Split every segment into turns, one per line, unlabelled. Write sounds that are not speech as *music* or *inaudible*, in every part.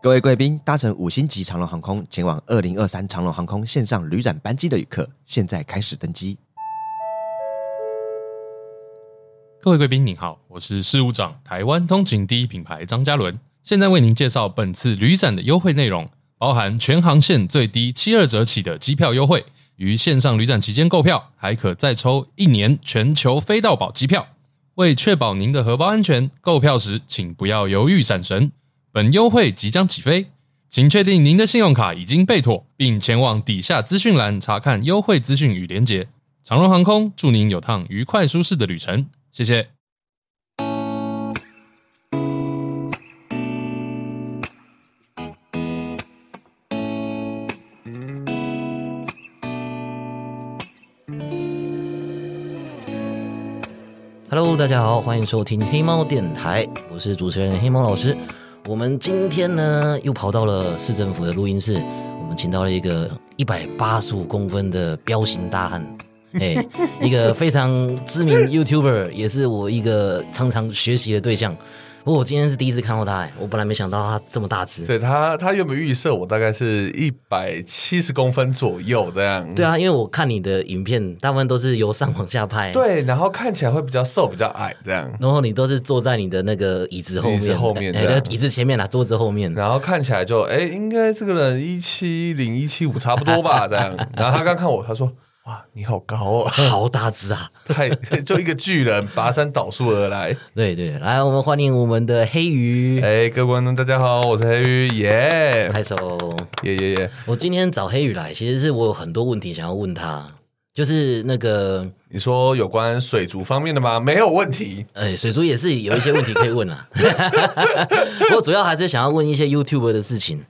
各位贵宾，搭乘五星级长龙航空前往二零二三长龙航空线上旅展班机的旅客，现在开始登机。
各位贵宾您好，我是事务长台湾通勤第一品牌张嘉伦，现在为您介绍本次旅展的优惠内容，包含全航线最低七二折起的机票优惠，于线上旅展期间购票，还可再抽一年全球飞到宝机票。为确保您的荷包安全，购票时请不要犹豫闪神。本优惠即将起飞，请确定您的信用卡已经被妥，并前往底下资讯栏查看优惠资讯与连结。长荣航空祝您有趟愉快舒适的旅程，谢谢。
Hello，大家好，欢迎收听黑猫电台，我是主持人黑猫老师。我们今天呢又跑到了市政府的录音室，我们请到了一个一百八十五公分的彪形大汉，哎、
*laughs*
一个非常知名 YouTuber，也是我一个常常学习的对象。不过我今天是第一次看到他、哎，我本来没想到他这么大只。
对他，他原本预设我大概是一百七十公分左右这样。
对啊，因为我看你的影片，大部分都是由上往下拍，
对，然后看起来会比较瘦，比较矮这样，
然后你都是坐在你的那个椅子后面，
椅子后面
哎
对啊
椅子前面啦，桌子后面。
然后看起来就哎，应该这个人一七零一七五差不多吧这样。然后他刚看我，他说：“哇，你好高哦， *laughs*
好大只啊！
太就一个巨人跋山倒树而来。
对对，来，我们欢迎我们的黑”鱼，
哎，各位观众大家好，我是黑鱼，耶
拍手。
耶耶耶！
我今天找黑鱼来，其实是我有很多问题想要问他，就是那个，
你说有关水族方面的吗？没有问题。
哎，水族也是有一些问题可以问啊。 *laughs* 我主要还是想要问一些 YouTube 的事情。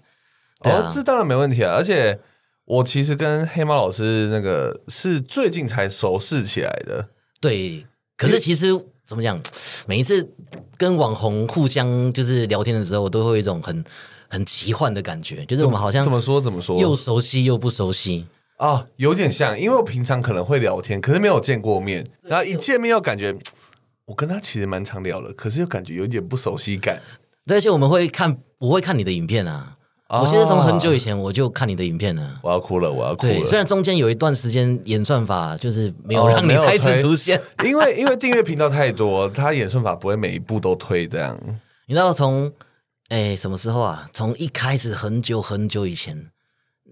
对啊
哦，这当然没问题啊！而且我其实跟黑猫老师那个是最近才熟识起来的，
对，可是其实怎么讲，每一次跟网红互相就是聊天的时候，我都会有一种很很奇幻的感觉，就是我们好像
怎么说怎么说
又熟悉又不熟悉。
啊、有点像，因为我平常可能会聊天，可是没有见过面，然后一见面又感觉。我跟他其实蛮常聊的，可是又感觉有点不熟悉感。
对，而且我们会看，我会看你的影片啊。
啊
我其实从很久以前我就看你的影片了。
我要哭了，我要哭
对，虽
了。
然中间有一段时间演算法就是没有
哦
让你
没有
再次
推
出现，
因为因为订阅频道太多，他演算法不会每一步都推这样。
你知道从哎什么时候啊？从一开始很久很久以前，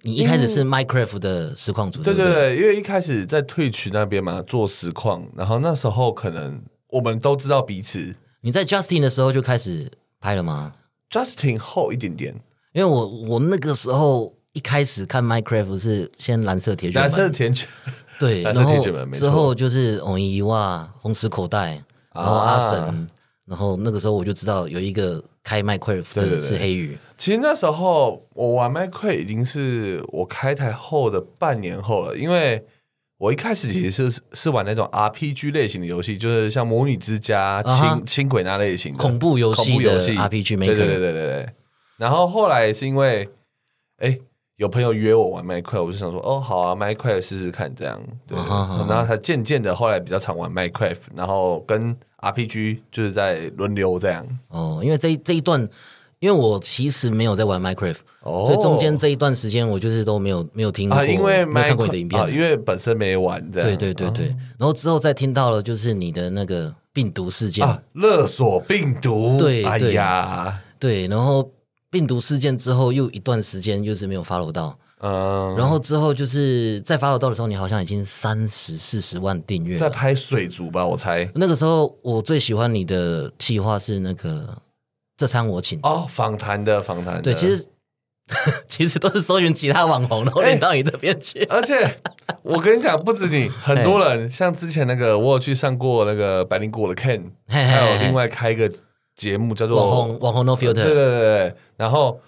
你一开始是 Minecraft 的实况组，
对
不
嗯对对，因为一开始在退群那边嘛做实况，然后那时候可能我们都知道彼此，
你在 Justin 的时候就开始拍了吗？
Justin 后一点点，
因为我我那个时候一开始看 Minecraft 是先蓝色铁卷
蓝
门，
色甜圈 *laughs*
*laughs* 对，
蓝
然
色
后
铁卷门没
之
错
后就是红衣袜、红石口袋，然后
啊
阿神，然后那个时候我就知道有一个开 Minecraft
对
的
对对
是黑鱼，
其实那时候我玩麦克已经是我开台后的半年后了，因为我一开始其实是是玩那种 RPG 类型的游戏，就是像《魔女之家》
啊哈
轻轻轨那类型的
恐怖游戏的
恐怖游戏
RPG
对对
Maker
对对对对。然后后来是因为，哎，有朋友约我玩麦克，我就想说，哦，好啊，麦克试试看这样。对，
啊哈啊哈
然后才渐渐的后来比较常玩麦克，然后跟 RPG 就是在轮流这样。
哦，因为这一这一段，因为我其实没有在玩 Minecraft，、
哦
所以中间这一段时间我就是都没有没有听过，
啊，因为
没有看过你的
Minecraft-
影片，
啊，因为啊本身没玩的，
对对对对，然后之后再听到了就是你的那个病毒事件，
啊，勒索病毒，
对
哎
对
呀，
对，然后病毒事件之后又一段时间又是没有 follow 到，
嗯，
然后之后就是在 follow 到的时候，你好像已经三十四十万订阅
在
了。
拍水族吧，我猜
那个时候我最喜欢你的企划是那个这餐我请，
哦，访谈的访谈的，
对，其实 *laughs* 其实都是搜寻其他网红，然
哎
后领到你这边去。
而且我跟你讲，不止你，很多
哎
人像之前那个，我有去上过那个白灵果的 Ken，
嘿嘿
*laughs* 还有
嘿
另外开一个节目叫做
哎
呃
网红网红 no
对
filter，
对对对，然后。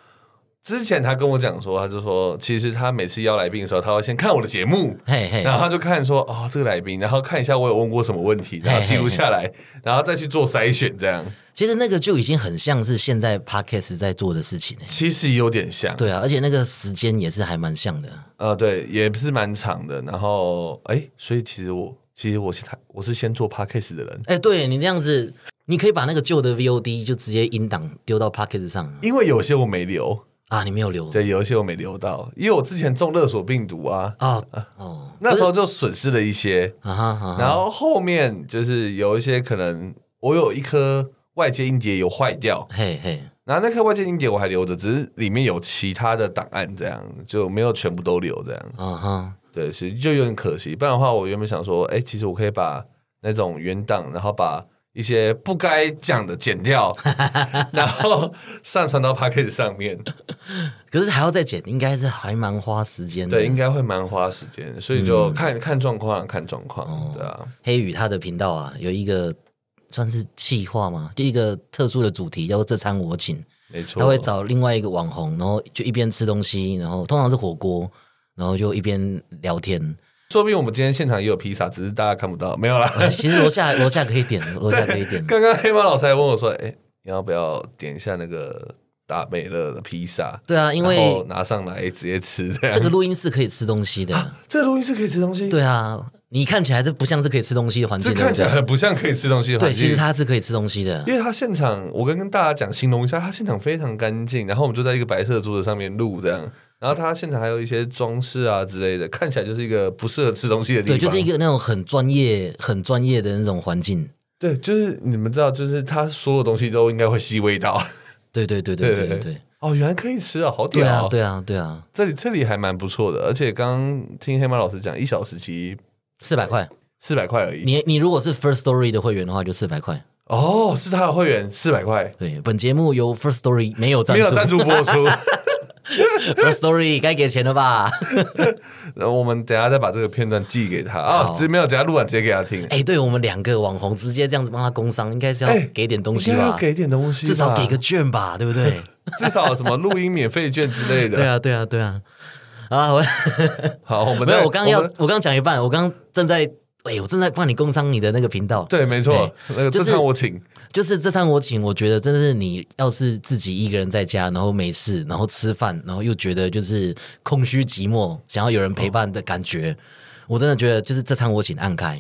之前他跟我讲说，他就说，其实他每次邀来宾的时候，他会先看我的节目，
嘿嘿
然，后他就看说哦，这个来宾，然后看一下我有问过什么问题，然后记录下来，然后再去做筛选，这样
其实那个就已经很像是现在 podcast 在做的事情、欸、
其实有点像，
对啊，而且那个时间也是还蛮像的。
呃，对，也是蛮长的。然后哎，所以其实我其实我是他，我是先做 podcast 的人，
哎、对你那样子，你可以把那个旧的 VOD 就直接音档丢到 Pocket 上
因为有些我没留，
啊，你没有留
对，有一些我没留到，因为我之前中勒索病毒啊，
啊哦，
那时候就损失了一些，
啊哈啊哈，
然后后面就是有一些可能我有一颗外接硬碟有坏掉，
嘿嘿，
然后那颗外接硬碟我还留着，只是里面有其他的档案，这样就没有全部都留这样。
啊哈，
对，其实就有点可惜。不然的话，我原本想说，哎、其实我可以把那种原档，然后把一些不该讲的剪
*laughs*
掉，然后上传到 p a c k a g e 上面。
可是还要再剪，应该是还蛮花时间的。
对，应该会蛮花时间，所以
嗯
就看、看状况，看状
哦
况，对啊。
黑羽他的频道啊，有一个算是企划嘛，就一个特殊的主题叫做“这餐我请”，
没错，
他会找另外一个网红，然后就一边吃东西，然后通常是火锅，然后就一边聊
*laughs*
天。
说不定我们今天现场也有披萨，只是大家看不到，没
*laughs*
有啦。
其实楼下楼下可以
*laughs*
点，楼下可以点。
刚刚黑猫老师还问我说：“哎、你要不要点一下那个达美乐的披萨？”
对啊，因
然后
为
拿上来直接吃这样。
这个录音室可以吃东西的。
这个录音室可以吃东西，，
对啊，你看起来这不像是可以吃东西的环境，
这
对
看
不
起来
对？
很不像可以吃东西的环
对，
境。
其实它是可以吃东西的
因。为他现场，我跟跟大家讲形容一下，他现场非常干净，然后我们就在一个白色的桌子上面录这样，然后他现场还有一些装饰啊之类的，看起来就是一个不适合吃东西的地
对，
方。
就是一个那种很专业、很专业的那种环境。
对，就是你们知道，就是他所有东西都应该会吸味道。
对对对对
对
对
对
对
对
对，
*laughs* 哦，原来可以吃啊，好
对
屌、
啊
哦！
对啊对啊，
这里这里还蛮不错的，而且刚刚听黑猫老师讲，一小时其实
四百块。
四百块而已。
你你如果是 First Story 的会员的话，就四百块。
哦，是他的会员四百块，
对，本节目由 First Story 没有赞
没
助
有赞助播出。
*laughs* ，First Story 该给钱了吧？ *laughs*
然后我们等一下再把这个片段寄给他啊，
好
直没有，等一下录完直接给他听。
哎，对我们两个网红直接这样子帮他工商，应该是
哎
要给点东西
应该要
吧？
给点东西吧，
至少给个券吧，对不
*laughs*
对？
至少什么录音免费券之类
*laughs*
的。
对，啊对啊对啊。啊，我
好，我
没
们再
有，我刚要，
们
我刚讲一半，我刚正在，哎，我正在帮你工商你的那个频道。
对，没错
哎，
那个
就
这
是
餐我请，
就是这餐我请，我觉得真的是你要是自己一个人在家，然后没事，然后吃饭，然后又觉得就是空虚寂寞，想要有人陪伴的感觉，我真的觉得就是这餐我请按开，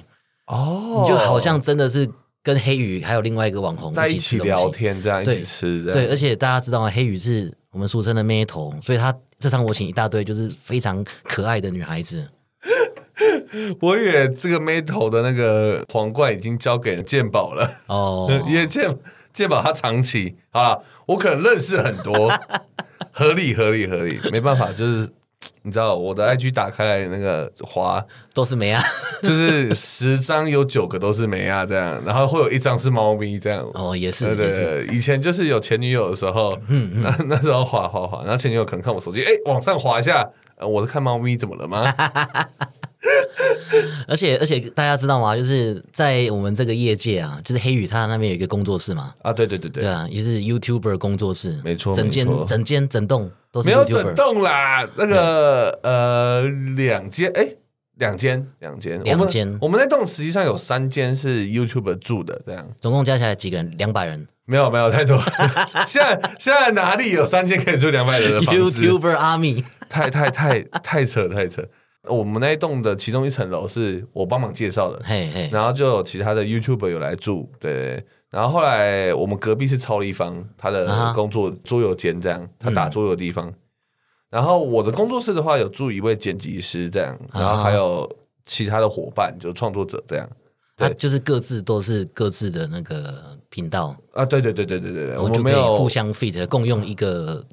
哦
你就好像真的是跟黑鱼还有另外一个网红
在一
起
起
吃
聊
东西。
天，这样一
对
起吃，这
对，
样
而且大家知道啊，黑鱼是我们俗称的妹头，所以她这餐我请一大堆就是非常可爱的女孩子。
我以为这个妹头的那个皇冠已经交给鉴宝了， *laughs*
哦，
因为鉴鉴宝他长期好了，我可能认识很多，合理合理合理，没办法，就是你知道我的 IG 打开来那个滑，
都是美啊！
就是十张有九个都是美亚这样，然后会有一张是猫咪这样，
哦，也是，嗯
对
也
对
是，
对，以前就是有前女友的时候， *laughs* 那那时候滑滑滑，然后前女友可能看我手机，哎，往上滑一下，呃我是看猫咪怎么
*laughs*
了吗？
而且而且大家知道吗？就是在我们这个业界啊，就是黑羽他那边有一个工作室嘛，
啊，对对对
对
对，
啊，也是 YouTuber 工作室，
没错
整间
没错
整间整栋都是
没有整
YouTuber，
栋啦，那个呃两间，哎，两间两间
两间
我们我们那栋实际上有三间是 YouTube 住的，这样
总共加起来几个人？两百人
没有没有太
*laughs*
多，现在现在哪里有三间可以住两百人的房子？
，YouTuber 阿米，
太太太太扯太扯。我们那一栋的其中一层楼是我帮忙介绍的，
*laughs* 嘿嘿，
然后就有其他的 YouTuber 有来住，对对对。然后后来我们隔壁是超立方，他
啊
的
哈嗯
工作桌游间这样，他打桌游的地方。然后我的工作室的话，有住一位剪辑师这样，然后
啊
还有其他的伙伴，就创作者这样。
他就是各自都是各自的那个频道，
啊，对对对对对对对，
然
我
后
们
哦就
没
可以
有嗯
互相 fit 共用一个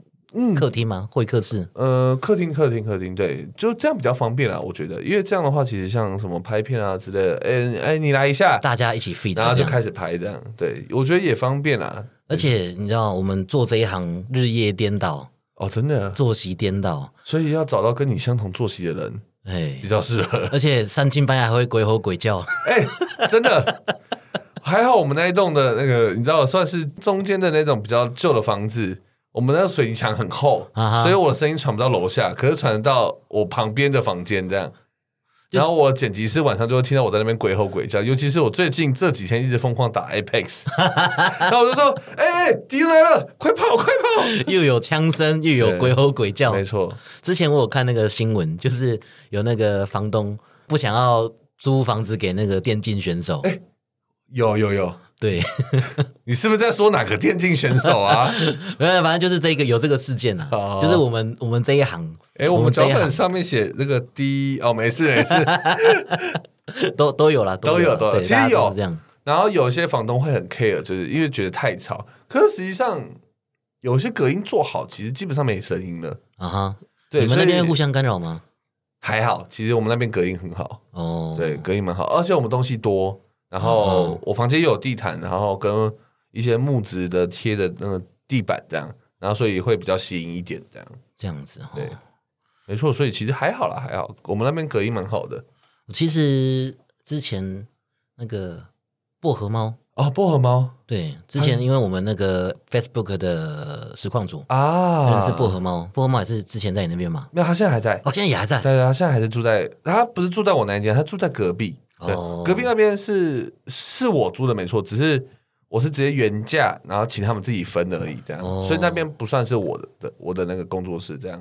客厅吗？会客室？
呃，客厅、客厅、客厅，对，就这样比较方便啦，我觉得，因为这样的话，其实像什么拍片啊之类的，哎哎，你来一下，
大家一起 fit，
然后
这
就
样
开始拍这样，对我觉得也方便啦。
而且你知道，我们做这一行日夜颠倒，
哦，真的，
作息颠倒，
所以要找到跟你相同作息的人
哎
比，较适合。 *laughs*
而且三更半夜还会鬼吼鬼叫，
哎，真的，还好我们那一栋的那个，你知道，算是中间的那种比较旧的房子。我们那个水泥墙很厚
啊哈
所以我的声音传不到楼下，可是传得到我旁边的房间这样。然后我剪辑师晚上就会听到我在那边鬼吼鬼叫，尤其是我最近这几天一直疯狂打
*laughs*
Apex，然后我就说：“哎、哎，敌人来了，快跑，快跑
又有枪声，又有鬼吼鬼！”叫
没。错，
之前我有看那个新闻，就是有那个
哎
房东不想要租房子给那个电竞选手，
有有有，
对， *laughs*
你是不是在说哪个电竞选手啊？
没有，反正就是这个有这个事件啊，
哦
就是我们我们这一行，
哎、我们
这
脚
一
本
行
上面写那个 D 哦，没事
*laughs*
没事。
都都有啦，
都有
啦
都有
对
其实
大家都
有
是这样，
然后有些房东会很 care，就是因为觉得太吵。可是实际上，有些隔音做好，其实基本上没声音了。
啊哈。
对，
你们那
所以
边会互相干扰吗？
还好，其实我们那边隔音很好，
哦，
对，，隔音蛮好，而且我们东西多。然后我房间又有地毯，然后跟一些木质的贴的那个地板这样，然后所以会比较吸引一点这样。
这样子哈。
对没错，所以其实还好啦，还好，我们那边隔音蛮好的。
其实之前那个薄荷猫，
哦，薄荷猫
对，之
啊
前因为我们那个 Facebook 的实况组
啊，
认识薄荷猫，薄荷猫也是之前在你那边嘛，
没有，他现在还在。
哦，现在也还在，
对对，他现在还是住在，他不是住在我那一间，他住在隔壁。对，
哦
隔壁那边是是我租的，没错，只是我是直接原价，然后请他们自己分而已，这样，
哦
所以那边不算是我的的我的那个工作室，这样。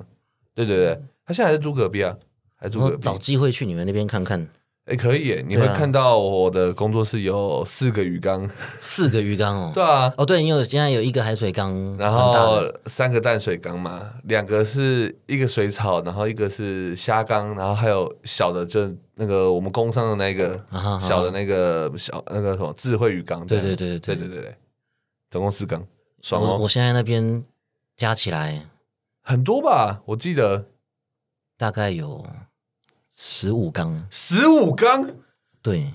对对
嗯
对，他现在还是住隔壁啊，还住
然
隔
后
壁。
找机会去你们那边看看，
哎，可以耶，你会
哦对啊
看到我的工作室有四个鱼缸， *laughs*
四个鱼缸哦，
对啊，
哦，对，因为我现在有一个海水缸，
然
很大
后
的
三个淡水缸嘛，两个是一个水草，然后一个是虾缸，然后还有小的就那个我们工商的那个
啊哈啊哈
小的那个小那个什么智慧鱼缸
对
这样，
对对对
对对对对，总共四缸，爽
我
哦
我，现在那边加起来
很多吧？我记得
大概有十五缸，
十五缸，
对。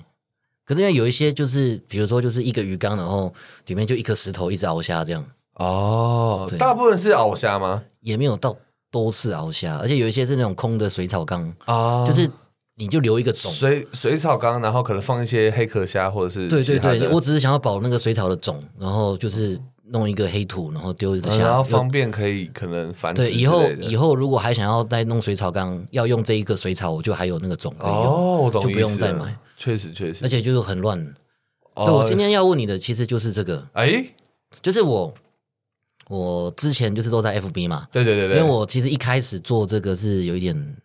可是因为有一些就是，比如说就是一个鱼缸，然后里面就一颗石头一直熬虾这样，
哦
对
大部分是鳌虾吗？
也没有到多次熬虾，而且有一些是那种空的水草缸，
啊
就是你就留一个种。
水水草缸，然后可能放一些黑壳虾或者是
对
其
对
他的哦
对，我只是想要保那个水草的种，然后就是弄一个黑土，然后丢一个虾。
呃然后
有
方便可以可能繁殖
对，以后
之类的
以后如果还想要再弄水草缸，要用这一个水草，我就还有那个种可以用，
哦，我懂
就
意
不用
思
再
了
买，
确实确实
而，且就是很乱。
哦
对，我今天要问你的其实就是这个，
哎、
就是我我之前就是都在 FB 嘛，
对对对
因
对，
为我其实一开始做这个是有一点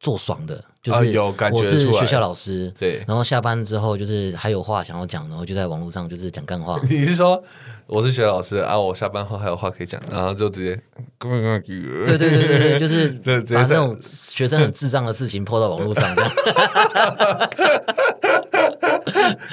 做爽的，就
啊
是
有感觉
我是
出来
学校老师，
对，
然后下班之后就是还有话想要讲，然后就在网络上就是讲干话
你是说我是学老师啊，我下班后还有话可以讲，然后就直接，
对
对 *laughs*
对对对对，就是
对直接
把
是
那种学生很智障的事情抛到网络上这
*laughs*
样。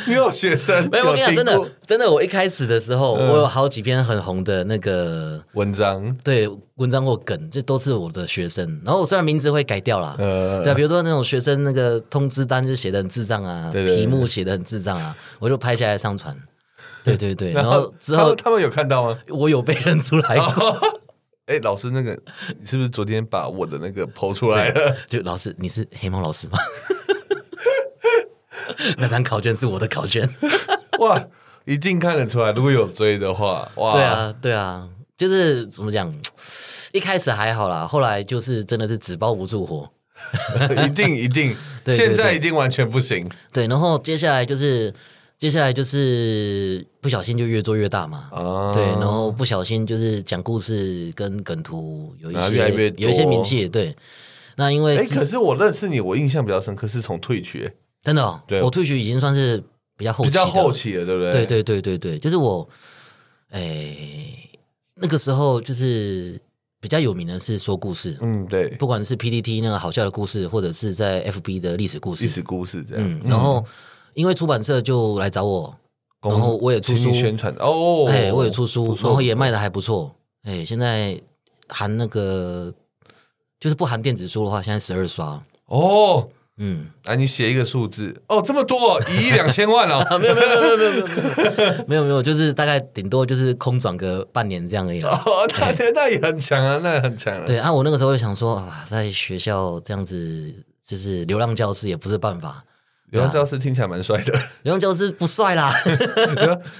你有学生
没有，我跟你讲，
听
真
过嗯
的真的，我一开始的时候，我有好几篇很红的那个
文章，
对文章或梗，这都是我的学生。然后我虽然名字会改掉啦，
呃，
对啊，比如说那种学生那个通知单就写的很智障啊，
对对对
题目写的很智障啊，我就拍下来上传。对对
*laughs*
对，然后之
他
后
们他们有看到吗？
我有被认出来过，
哎，老师，那个你是不是昨天把我的那个剖出来了？
就老师你是黑猫老师吗？ *laughs* 那张考卷是我的考卷，
哇，一定看得出来。如果有追的话，哇，
对，啊对啊，就是怎么讲，一开始还好啦，后来就是真的是纸包不住火。
*laughs* 一定一定，
*laughs* 对对
现在
对
一定完全不行。
对，然后接下来就是接下来就是不小心就越做越大嘛。
啊，
对，然后不小心就是讲故事跟梗图有一
然后
些
啊越来越多
有一些名气，对。那因为
哎，
自
可是我认识你，我印象比较深刻是从退学
真的、哦
对，
我退学已经算是比较后
比
期的
较后期了，对不对？
对对对对对，就是我，哎，那个时候就是比较有名的是说故事，
嗯，对，
不管是 PPT 那个好笑的故事，或者是在 FB 的历史故事，
历史故事这样。
嗯，然后因为出版社就来找我，然后我也出
请
书，
你宣传哦，
哎，我也出
不
书，
错
然后也卖的还不错。哎，现在含那个就是不含电子书的话，现在十二刷。
哦。
嗯，
啊，你写一个数字哦，这么多
*laughs*
一亿两千万哦，没有没有没有没有没有，
没有没有，就是大概顶多就是空转个半年这样而已啦。
哦，那那也很强啊，那也很强啊。
对啊，我那个时候就想说啊，在学校这样子就是流浪教师也不是办法，
流浪教师听起来蛮帅
*laughs*
的，
流浪教师不帅
*laughs*
啦。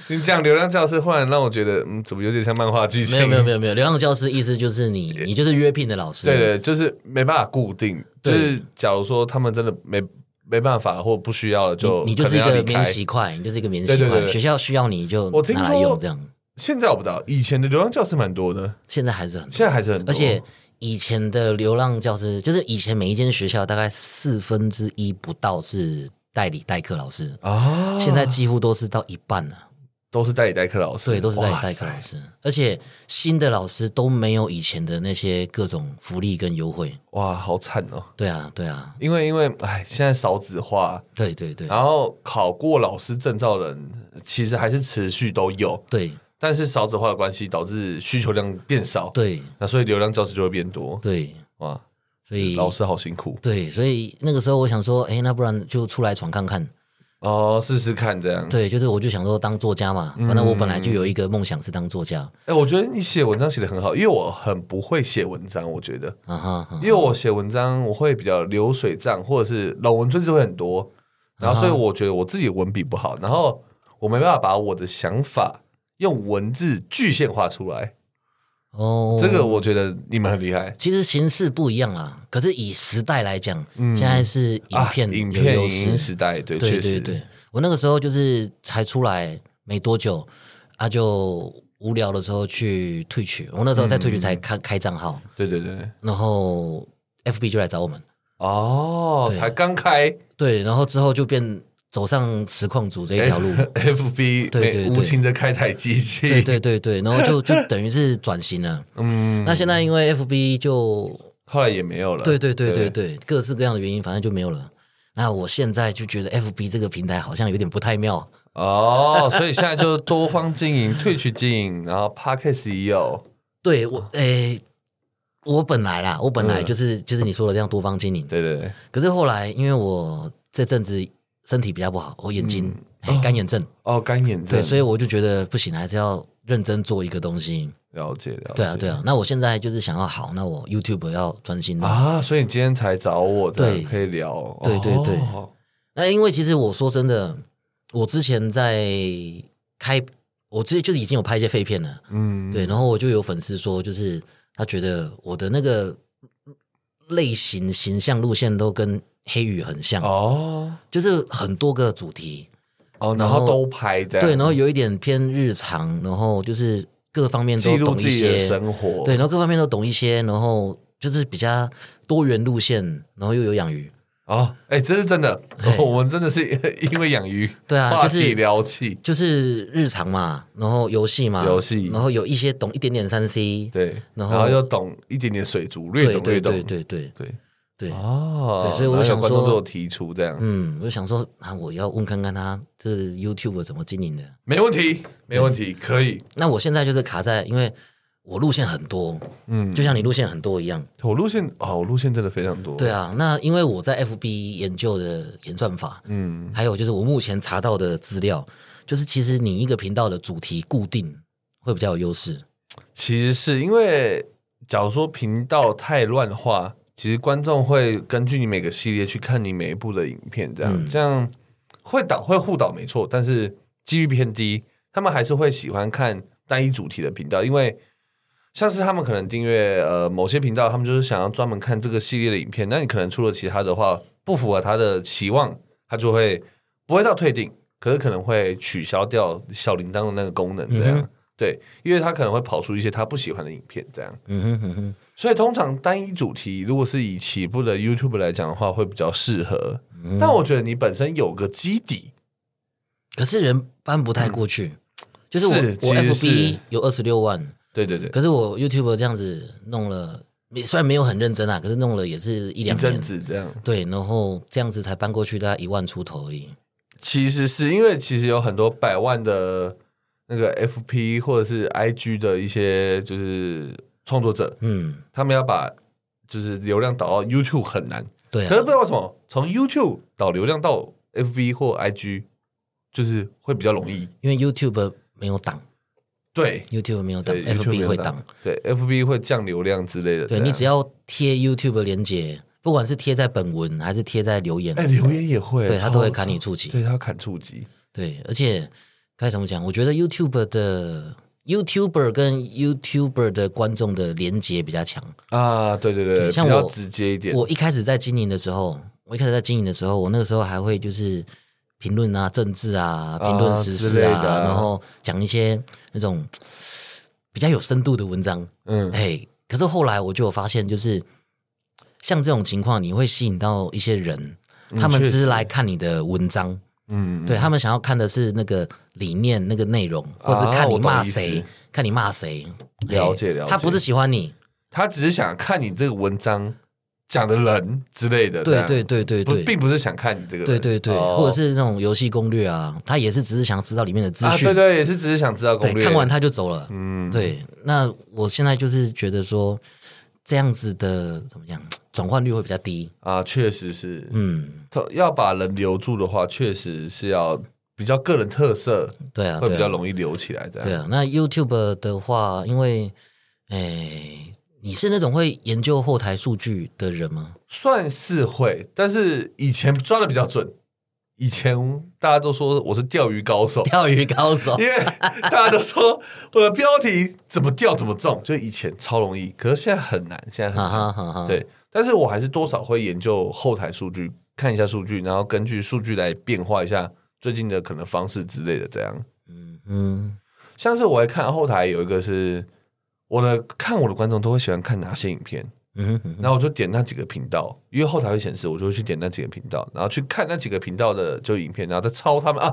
你讲流浪教师，忽然让我觉得，嗯，怎么有点像漫画剧情？
没有没有没有没有，流浪教师意思就是
*laughs*
你你就是约聘的老师。
对对，就是没办法固定，就
对
是假如说他们真的没没办法或不需要了，就
你你就是一
可能要
个
离开
免。洗块，你就是一个免洗
对
块，
对对对
学校需要你就
我听
拿来
说
用这样。
现在我不知道，以前的流浪教师蛮多的，
现在还是很多，
现在还是很多，
而且以前的流浪教师，就是以前每一间学校大概四分之一不到是代理代课老师，
啊，
哦现在几乎都是到一半了。
都是代理代课老师，
对，都是代理代课
哇塞
老师，而且新的老师都没有以前的那些各种福利跟优惠。
哇，好惨哦！
对啊，对啊，
因为因为哎，现在少子化，
对对对，
然后考过老师证照的人其实还是持续都有，
对
但是少子化的关系导致需求量变少，，
对
那所以流量教师就会变多，
对，
哇，
所以
老师好辛苦
对，所以那个时候我想说，哎，那不然就出来闯看看。
哦，试试看这样。
对，就是我就想说当作家嘛，反正我本来就有
嗯
一个梦想是当作家。
哎，我觉得你写文章写的很好，因为我很不会写文章，我觉得，
啊哈，啊
因为我写文章我会比较流水账，或者是老文字字会很多，然后所以
啊
我觉得我自己文笔不好，然后我没办法把我的想法用文字具现化出来。
哦，
这个我觉得你们很厉害
其实形式不一样啦，可是以时代来讲，现在是影
嗯啊！
片
影
有
片
优
影
势。
音时代，对，
对
确
对
实，
对，我那个时候就是才出来没多久，啊，就无聊的时候去退取，我那时候在退
嗯
取才开、开账号，
对对对，
然后 FB 就来找我们，
哦，
对
才刚开
对，然后之后就变走上实况组这一
*laughs*
条路。
哎 FB，
对对
没
对
无情的开台机器，
对对对对，然后就就等于是转型了。
*laughs* 嗯，
那现在因为 FB 就
后来也没有了，
对对对对对，各式各样的原因，反正就没有了。那我现在就觉得 FB 这个平台好像有点不太妙，
哦，所以现在就多方经营，退去经营，然后 Podcast 也有，
对我，诶、我本来啦，我本来
啊嗯
就是、就是你说的这样多方经营，
对对对，
可是后来因为我这阵子身体比较不好，我眼睛、嘿干眼症，
哦，干眼
对，
症，
所以我就觉得不行，还是要认真做一个东西。
了解了解，
对啊，对啊。那我现在就是想要好，那我 YouTube 要专心的。
啊，所以你今天才找我，这样
对
可以聊，
对对对
哦
那因为其实我说真的，我之前在开，我之前就是已经有拍一些废片了，
嗯，
对，然后我就有粉丝说，就是他觉得我的那个类型、形象、路线都跟黑羽很像，
哦
就是很多个主题，
哦，
然
然
后
后都拍的，
对，然后有一点偏日常，然后就是各方面
记
都
录
懂一
自己的
些，
生活，
对，然后各方面都懂一些，然后就是比较多元路线，然后又有养鱼，
哦，哎、这是真的，哦
嘿
我们真的是 *laughs* 因为养鱼，
对啊
话
就是
题聊起，
就是日常嘛，然后游戏嘛，
游戏
然后有一些懂一点点三 C，
对，
然
然
后
后又懂一点点水族，略
对
懂
对
略懂，
对对对
对
对，
哦，
对所以我
然后有
想
观众
说
都有提出这样，
嗯，我就想说啊，我要问看看他这 YouTube 怎么经营的。
没问题，没问
嗯
题，可以，
那我现在就是卡在，因为我路线很多，
嗯，
就像你路线很多一样。
我路线哦，我路线真的非常多，
对，啊，那因为我在 FB 研究的演算法，
嗯，
还有就是我目前查到的资料，就是其实你一个频道的主题固定会比较有优势。
其实是因为假如说频道太乱的话，其实观众会根据你每个系列去看你每一部的影片，这样、
嗯
这样会导会互导没错，但是几率偏低，他们还是会喜欢看单一主题的频道，因为。像是他们可能订阅呃某些频道，他们就是想要专门看这个系列的影片。那你可能出了其他的话，不符合他的期望，他就会不会到退订，可是可能会取消掉小铃铛的那个功能，这样、
嗯哼
对，因为他可能会跑出一些他不喜欢的影片，这样。
嗯哼哼哼，
所以通常单一主题，如果是以起步的 YouTube 来讲的话，会比较适合。
嗯
但我觉得你本身有个基底，
可是人搬不太过去，就是我
嗯是
我
其实
FB
是
有二十六万，
对对对，
可是我 YouTube 这样子弄了，也虽然没有很认真啊，可是弄了也是一
一
两
阵
年。
子这样。
对，然后这样子才搬过去，大概一万出头而已。
其实是因为其实有很多百万的那个 FP 或者是 IG 的一些就是创作者，
嗯，
他们要把就是流量导到 YouTube 很难，
对啊
可是，不知道为什么从 YouTube 导流量到 FB 或 IG 就是会比较容易。
因为 YouTube 没有档
对，
，YouTube 没有档
对 YouTube
，FB
有
会
档
档。，
对，FB 会降流量之类的。啊
对
这样
你只要贴 YouTube 连接，不管是贴在本文还是贴在留言，
哎，留言也会，
对他
超
都会砍你触及
对他要砍触及。
对，而且该怎么讲？我觉得 YouTube 的 YouTuber 跟 YouTuber 的观众的连接比较强。
啊，对对对，
对像
比较
我
直接一点。
我一开始在经营的时候，我一开始在经营的时候，我那个时候还会就是评论啊、政治啊、评论时
之
事
类
啊，
的啊
然后讲一些那种比较有深度的文章。
嗯，
哎、可是后来我就有发现，就是像这种情况，你会吸引到一些人，他们
嗯确
只
实
是来看你的文章，
嗯，
对他们想要看的是那个理念、那个内容，或者看你骂谁，
啊我懂意思
看你骂谁。
了解
嘿
了解
他不是喜欢你，
他只是想看你这个文章讲的人之类的，这
对
样
对对对
啊不
对，
并不是想看你这个人，
对对对，
哦
或者是那种游戏攻略啊，他也是只是想知道里面的资
啊，
讯，
对对，也是只是想知道攻
对
略，
看完他就走了。
嗯，
对，那我现在就是觉得说，这样子的怎么样，转换率会比较低。
啊，确实是，
嗯，
他要把人留住的话，确实是要比较个人特色，
对啊，
会比
对
较
啊，
容易留起来，这
对
样
啊。那 YouTube 的话，因为诶，你是那种会研究后台数据的人吗？
算是会，但是以前抓的比较准，以前大家都说我是钓鱼高手，
钓鱼高手
*laughs* 因为大家都说我的标题怎么钓怎么中，就以前超容易，可是现在很难，现在很
啊哈
难。
哈哈哈，
嗯对，但是我还是多少会研究后台数据，看一下数据，然后根据数据来变化一下最近的可能方式之类的。这样，
嗯，
像是我会看后台有一个是我的看我的观众都会喜欢看哪些影片，
嗯嗯
然后我就点那几个频道，因为后台会显示，我就会去点那几个频道，然后去看那几个频道的就影片，然后再抄他们啊，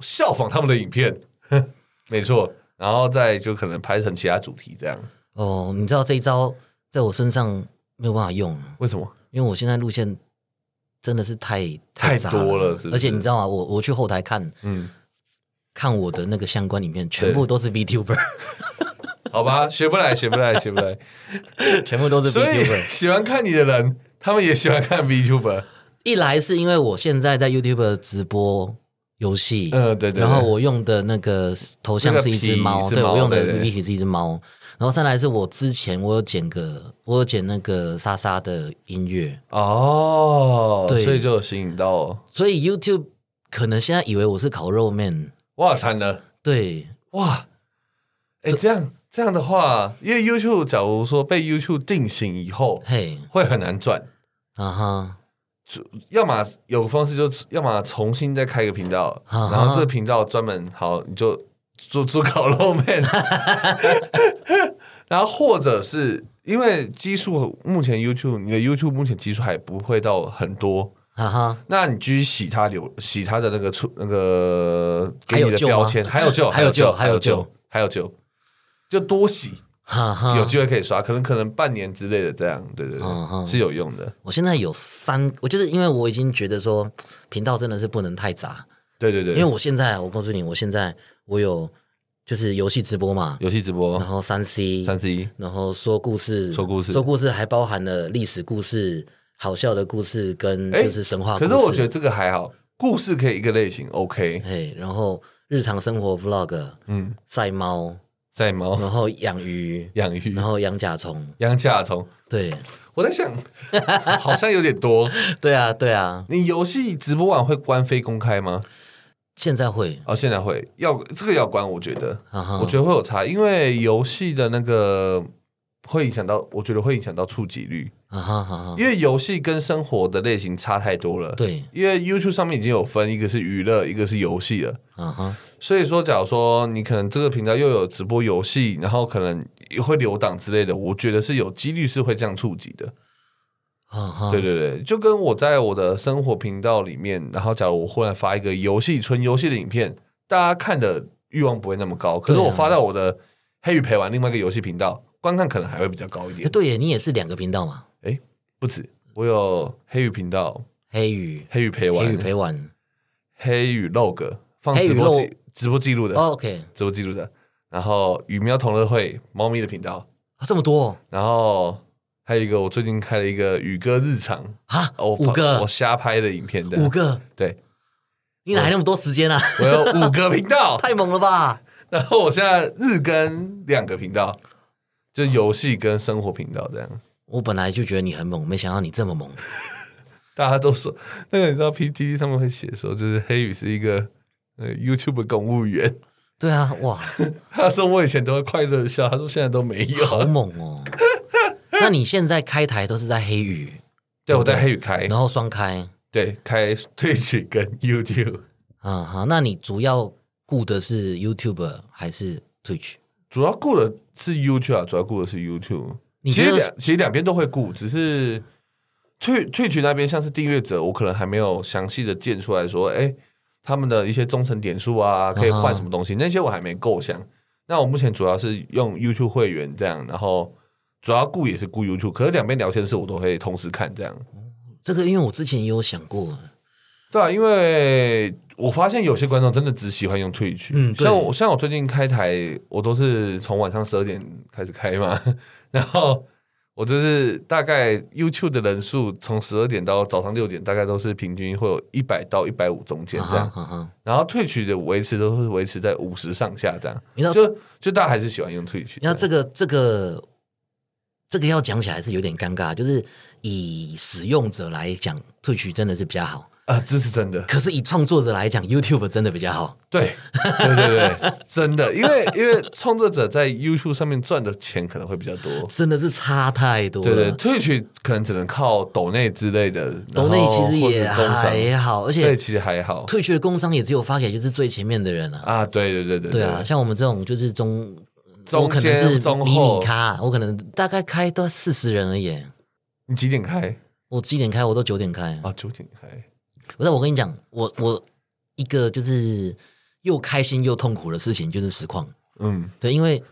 效仿他们的影片， *laughs* 没错，然后再就可能拍成其他主题这样。
哦，你知道这一招在我身上没有办法用。
为什么？
因为我现在路线真的是太
太
杂
多了
了
是不是
而且你知道吗？我我去后台看
嗯，
看我的那个相关里面，全部都是
*laughs*
VTuber，
好吧，学不来，学不来，学不来。
全部都是
所以
VTuber。
喜欢看你的人，他们也喜欢看 VTuber。
一来是因为我现在在 YouTube 直播游戏，
嗯、对对对。
然后我用的那个头像是一只
那
猫，
个皮
对
是猫
我用的
对对
V P 是一只猫。然后再来是我之前我有剪个，我有剪那个莎莎的音乐，
哦，
对
所以就有吸引到。
所以 YouTube 可能现在以为我是烤肉面，
哇，惨了，
对，
哇！哎，这样这样的话，因为 YouTube 假如说被 YouTube 定型以后，
嘿，
会很难赚。
啊哈，
要么有个方式就，要么重新再开一个频道，
啊哈
然后这个频道专门好，你就做做烤肉面， *laughs* 然后或者是因为基数目前 YouTube 你的 YouTube 目前基数还不会到很多，
哈哈。
那你继续洗它流洗它的那个出那个给你
还有
的
救吗
标签，还有救，
还有救
还有
还有
救
救，
还有救，就多洗，
哈哈，
有机会可以刷，可能可能半年之类的这样，对对
啊哈
对，是有用的，
我现在有三，我就是因为我已经觉得说频道真的是不能太杂，
对对对，
因为我现在我告诉你，我现在我有就是游戏直播嘛，
游戏直播
然后三 C，
三十一。
然后说故事，
说故事
说故事还包含了历史故事、好笑的故事跟
哎
就是神话故
可
事。
是我觉得，这个还好，故事可以一个类型，OK，
哎，然后日常生活 vlog、
嗯，
晒猫，
赛猫、
然后养鱼，
养鱼
嗯然、后养甲虫，
养甲虫，
对，
我
*laughs*
在想，好像有点多。
对啊，对啊，
你游戏直播完会关非公开吗？
现在会，
哦，现在会要这个要关，我觉得，
哈哈，
我觉得会有差，因为游戏的那个会影响到，我觉得会影响到触及率，
得，哈哈哈哈，
因为游戏跟生活的类型差太多了。，
嗯对，
因为 YouTube 上面已经有分，一个是娱乐，一个是游戏了。
啊哈，
所以说，假如说你可能这个频道又有直播游戏，然后可能也会留档之类的，我觉得是有几率是会这样触及的。
哈哈，
啊对对对，就跟我在我的生活频道里面，然后假如我忽然发一个游戏纯游戏的影片，大家看的欲望不会那么高，可是
对啊
我发到我的黑鱼陪玩另外一个游戏频道，观看可能还会比较高一
诶
点。
对耶，你也是两个频道嘛，
不止，我有黑鱼频道、
黑鱼、
黑鱼陪玩、
黑鱼陪玩。
黑鱼 log 放
黑鱼
直播
log
记直播记录的，
哦 OK，
直播记录的，然后鱼喵同乐会猫咪的频道。
啊这么多哦
然后还有一个，我最近开了一个宇哥日常，
啊，
哦我
五个
我，瞎拍的影片的，
五个，
对
你哪来那么多时间啊？
我有五个
*laughs*
频道，
太猛了吧！
*laughs* 然后我现在日更两个频道，就游戏跟生活频道这样。
我本来就觉得你很猛，没想到你这么猛。
大家都说那个你知道 PTT 上面会写说，就是黑羽是一个呃 YouTube 公务员，
对啊，哇，
他说我以前都会快乐笑，他说现在都没
好
*laughs* 有。啊
猛哦！那你现在开台都是在黑鱼，
*laughs* 对，我在黑羽开
然，后双开，
对，开 Twitch 跟 YouTube，
啊哈，那你主要顾的是 YouTube 还是 Twitch？
主要顾的是 YouTube 啊，主要顾的是 YouTube。
你
其
觉
实
得
两其实两边都会顾，只是退退群那边像是订阅者，我可能还没有详细的建出来说，哎、他们的一些忠诚点数啊，可以换什么东西，那些我还没构想。那我目前主要是用 YouTube 会员这样，然后主要顾也是顾 YouTube，可是两边聊天室我都会同时看这样。
这个因为我之前也有想过，
对啊，因为我发现有些观众真的只喜欢用 Twitch，
嗯对
像我像我最近开台，我都是从晚上十二点开始开嘛， *laughs* 然后我就是大概 YouTube 的人数从十二点到早上六点，大概都是平均会有一百到一百五中间这样，
啊哈啊哈
然后 Twitch 的维持都是维持在五十上下这样，
你知道
就就大家还是喜欢用 Twitch，
那这个这个这个要讲起来是有点尴尬，就是以使用者来讲，退取真的是比较好，
啊、这是真的，
可是以创作者来讲，YouTube 真的比较好。
对对对对，真的，因为因为创作者在 YouTube 上面赚的钱可能会比较多，
真的是差太多了。
对对，Twitch 可能只能靠抖内之类的，
抖内其实也
然后或者工商
还好，而
对，
且
其实还好
退去的工商也只有发给就是最前面的人啊。
啊，对对对对
对啊，，像我们这种就是中，我
中
可能是
间中
迷你
后，
咖，我可能大概开到四十人而已。
你几点开
我几点开？我都九点开。
啊？九点开，
不是，我跟你讲，我我一个就是又开心又痛苦的事情就是实况，
嗯
对，因为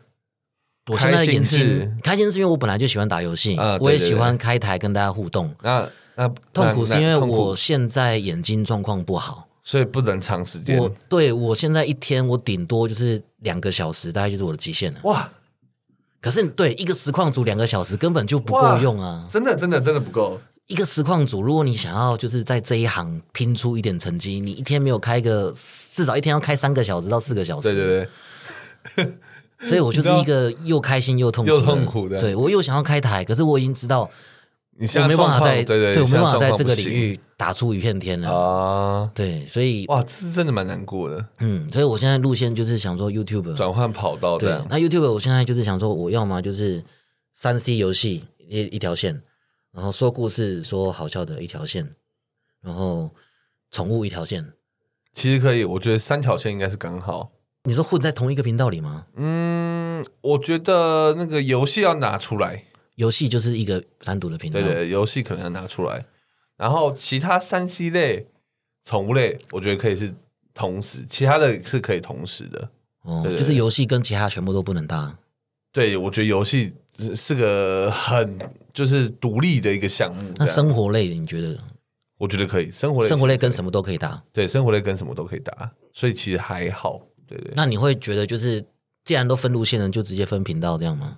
我现在的眼
开心是
睛开心是因为我本来就喜欢打游戏，
啊对
我也
对
喜
对
欢开台跟大家互动。
那那
痛
那
苦是
那
因为
痛苦
我现在眼睛状况不好，
所以不能长时间
我对我现在一天我顶多就是两个小时，大概就是我的极限了。
哇，
可是对一个实况组两个小时根本就不够用啊！
真的真的真的不够，
一个实况组，如果你想要就是在这一行拼出一点成绩，你一天没有开个至少一天要开三个小时到四个小时。
对对对，
所以我就是一个又开心又痛苦的
又痛苦的
对我又想要开台，可是我已经知道
你现
我
在
没有办法
状况
在
对对，
我
你
没
现
有办法
在
在这个领
状况不
域打出一片天
行
了。
啊，
对，所以
哇，这是真的蛮难过的，
嗯，所以我现在路线就是想说 YouTube，
转换跑道
嗯
这
对
样，，
那 YouTube 我现在就是想说，我要么就是三 C 游戏一一条线，然后说故事说好笑的一条线，然后宠物一条线。
其实可以，我觉得三条线应该是刚好。
你说混在同一个频道里吗？
嗯，我觉得那个游戏要拿出来，
游戏就是一个单独的频道，
对对，游戏可能要拿出来，然后其他三 C 类、宠物类，我觉得可以是同时，其他的是可以同时的。
哦，
对对
就是
对
游戏跟其他全部都不能搭。
对，我觉得游戏是是个很就是独立的一个项目。
那
这样
生活类的，你觉得
我觉得可以，啊生活类
生活类跟
么？
什么都可以搭？
对，生活类跟什么都可以打，所以其实还好。对对，
那你会觉得就是既然都分路线了，就直接分频道这样吗？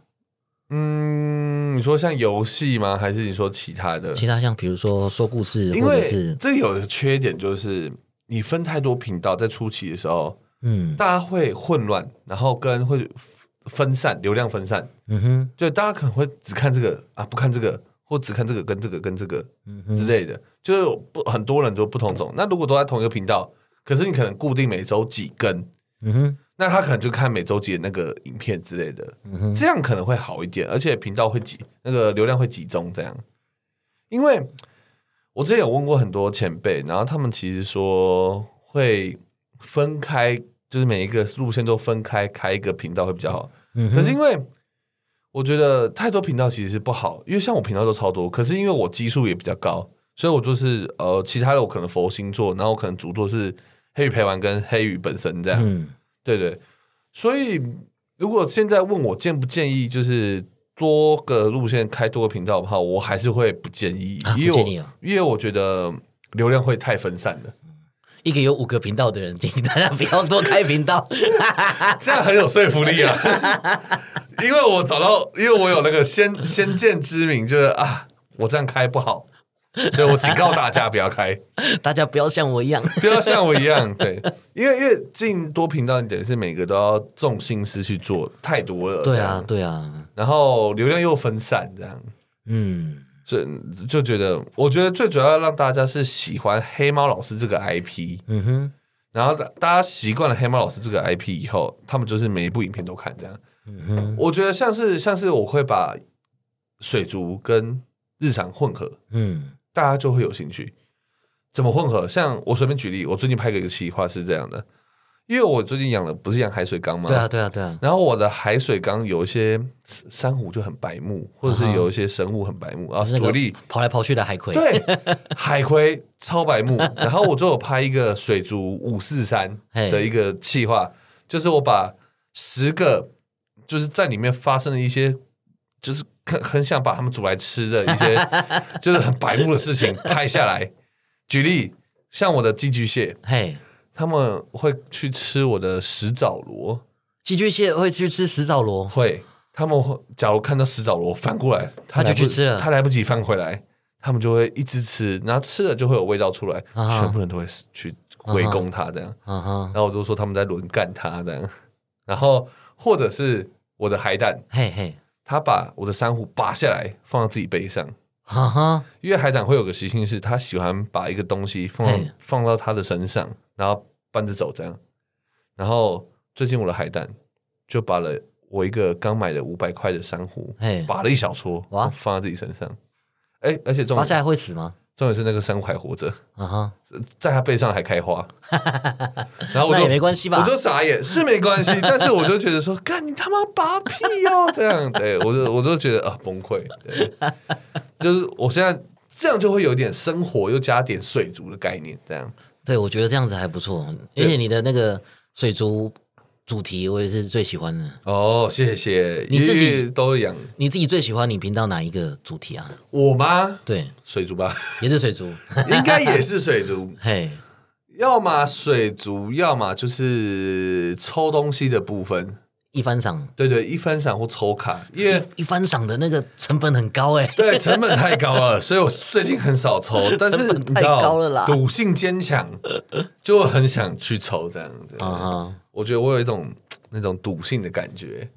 嗯，你说像游戏吗？还是你说其他的？
其他像比如说说故事，
因
或者
为
是
这有的缺点就是，你分太多频道，在初期的时候，
嗯
大家会混乱，然后跟会分散流量分散，
嗯哼
就大家可能会只看这个啊，不看这个，或只看这个跟这个跟这个
嗯
之
哼
类的，就是有不很多人都不同种。那如果都在同一个频道，可是你可能固定每周几更，
嗯哼
那他可能就看每周几的那个影片之类的，
嗯哼，
这样可能会好一点，而且频道会集那个流量会集中这样。因为我之前有问过很多前辈，然后他们其实说会分开，就是每一个路线都分开开一个频道会比较好。
嗯哼
可是因为我觉得太多频道其实是不好，因为像我频道都超多，可是因为我基数也比较高，所以我就是呃，其他的我可能佛星座，然后我可能主座是黑鱼陪玩跟黑鱼本身这样。
嗯
对对，所以如果现在问我建不建议，就是多个路线开多个频道的话，我还是会不建议，
啊
因为
不
我
建议啊
因为我觉得流量会太分散了，
一个有五个频道的人，建议大家不要多开频道。 *laughs* 啊
*laughs* 这样很有说服力啊。因为我找到，因为我有那个先先见之明，就是啊，我这样开不好，所以我警告大家不要开。
大家不要像我一样。
不要像我一样，对，因为因为进多频道，你等于是每个都要重心思去做，太多了。
对
这
啊
样，
对啊，
然后流量又分散，这样，
嗯，
所以就觉得，我觉得最主要让大家是喜欢黑猫老师这个 IP，
嗯哼，
然后大大家习惯了黑猫老师这个 IP 以后，他们就是每一部影片都看这样。
嗯
我觉得像是像是我会把水族跟日常混合，
嗯
大家就会有兴趣。怎么混合？像我随便举例，我最近拍个一个企划是这样的：因为我最近养了不是养海水缸吗？
对啊，对啊，对啊，
然后我的海水缸有一些珊瑚就很白目，或者是有一些生物很白目啊。
啊是那
举
个
例，
跑来跑去的海葵，
对，海葵超白目。然后我就有拍一个水族五四三
嘿
的一个企划，就是我把十个就是在里面发生的一些，就是很很想把他们煮来吃的一些，就是很白目的事情拍下来。举例，像我的寄居蟹，
嘿，
他们会去吃我的石藻螺，
寄居蟹会去吃食藻螺，
会，他们会假如看到石藻螺翻过来，
他就
来不
去吃了
他来不及翻回来，他们就会一直吃，然后吃了就会有味道出来，
啊哈
全部人都会去围攻他这样。
嗯哼，
然后我就说他们在轮干他这样，然后或者是我的海胆，
嘿嘿，
他把我的珊瑚拔下来放到自己背上。
哈哈，
因为海胆会有个习性，是它喜欢把一个东西放
嘿
到放到它的身上，然后搬着走这样。然后最近我的海胆就把了我一个刚买的五百块的珊瑚
嘿，
拔了一小撮，
哇
放在自己身上。哎，而且重
拔下
点
来会死吗？
重点是那个珊瑚还活着，
啊哈，
在它背上还
*laughs*
开花。然后我
那
就
也没关系吧
我就傻眼，是没关系，但是我就觉得说，干你他妈拔屁哦，这
*laughs*
样，对我就我就觉得啊崩溃，对，就是我现在这样就会有点生活又加点水族的概念，这样
对，我觉得这样子还不错，而且你的那个水族主题我也是最喜欢的。
哦，谢谢，
你自己
因为都养
你自己最喜欢你频道哪一个主题啊？
我吗？
对，
水
*laughs*
族吧，
也是水族，
应该也是水族，
嘿，
要么水族，要么就是抽东西的部分，
一番赏，
对对，一翻赏或抽卡，因为
一一番赏的那个成本很高哎、
对，成本太高了，所以我最近很少抽。但是
成本
你知道
太高了啦
赌性坚强，就很想去抽这样。对
啊哈，
我觉得我有一种那种赌性的感觉，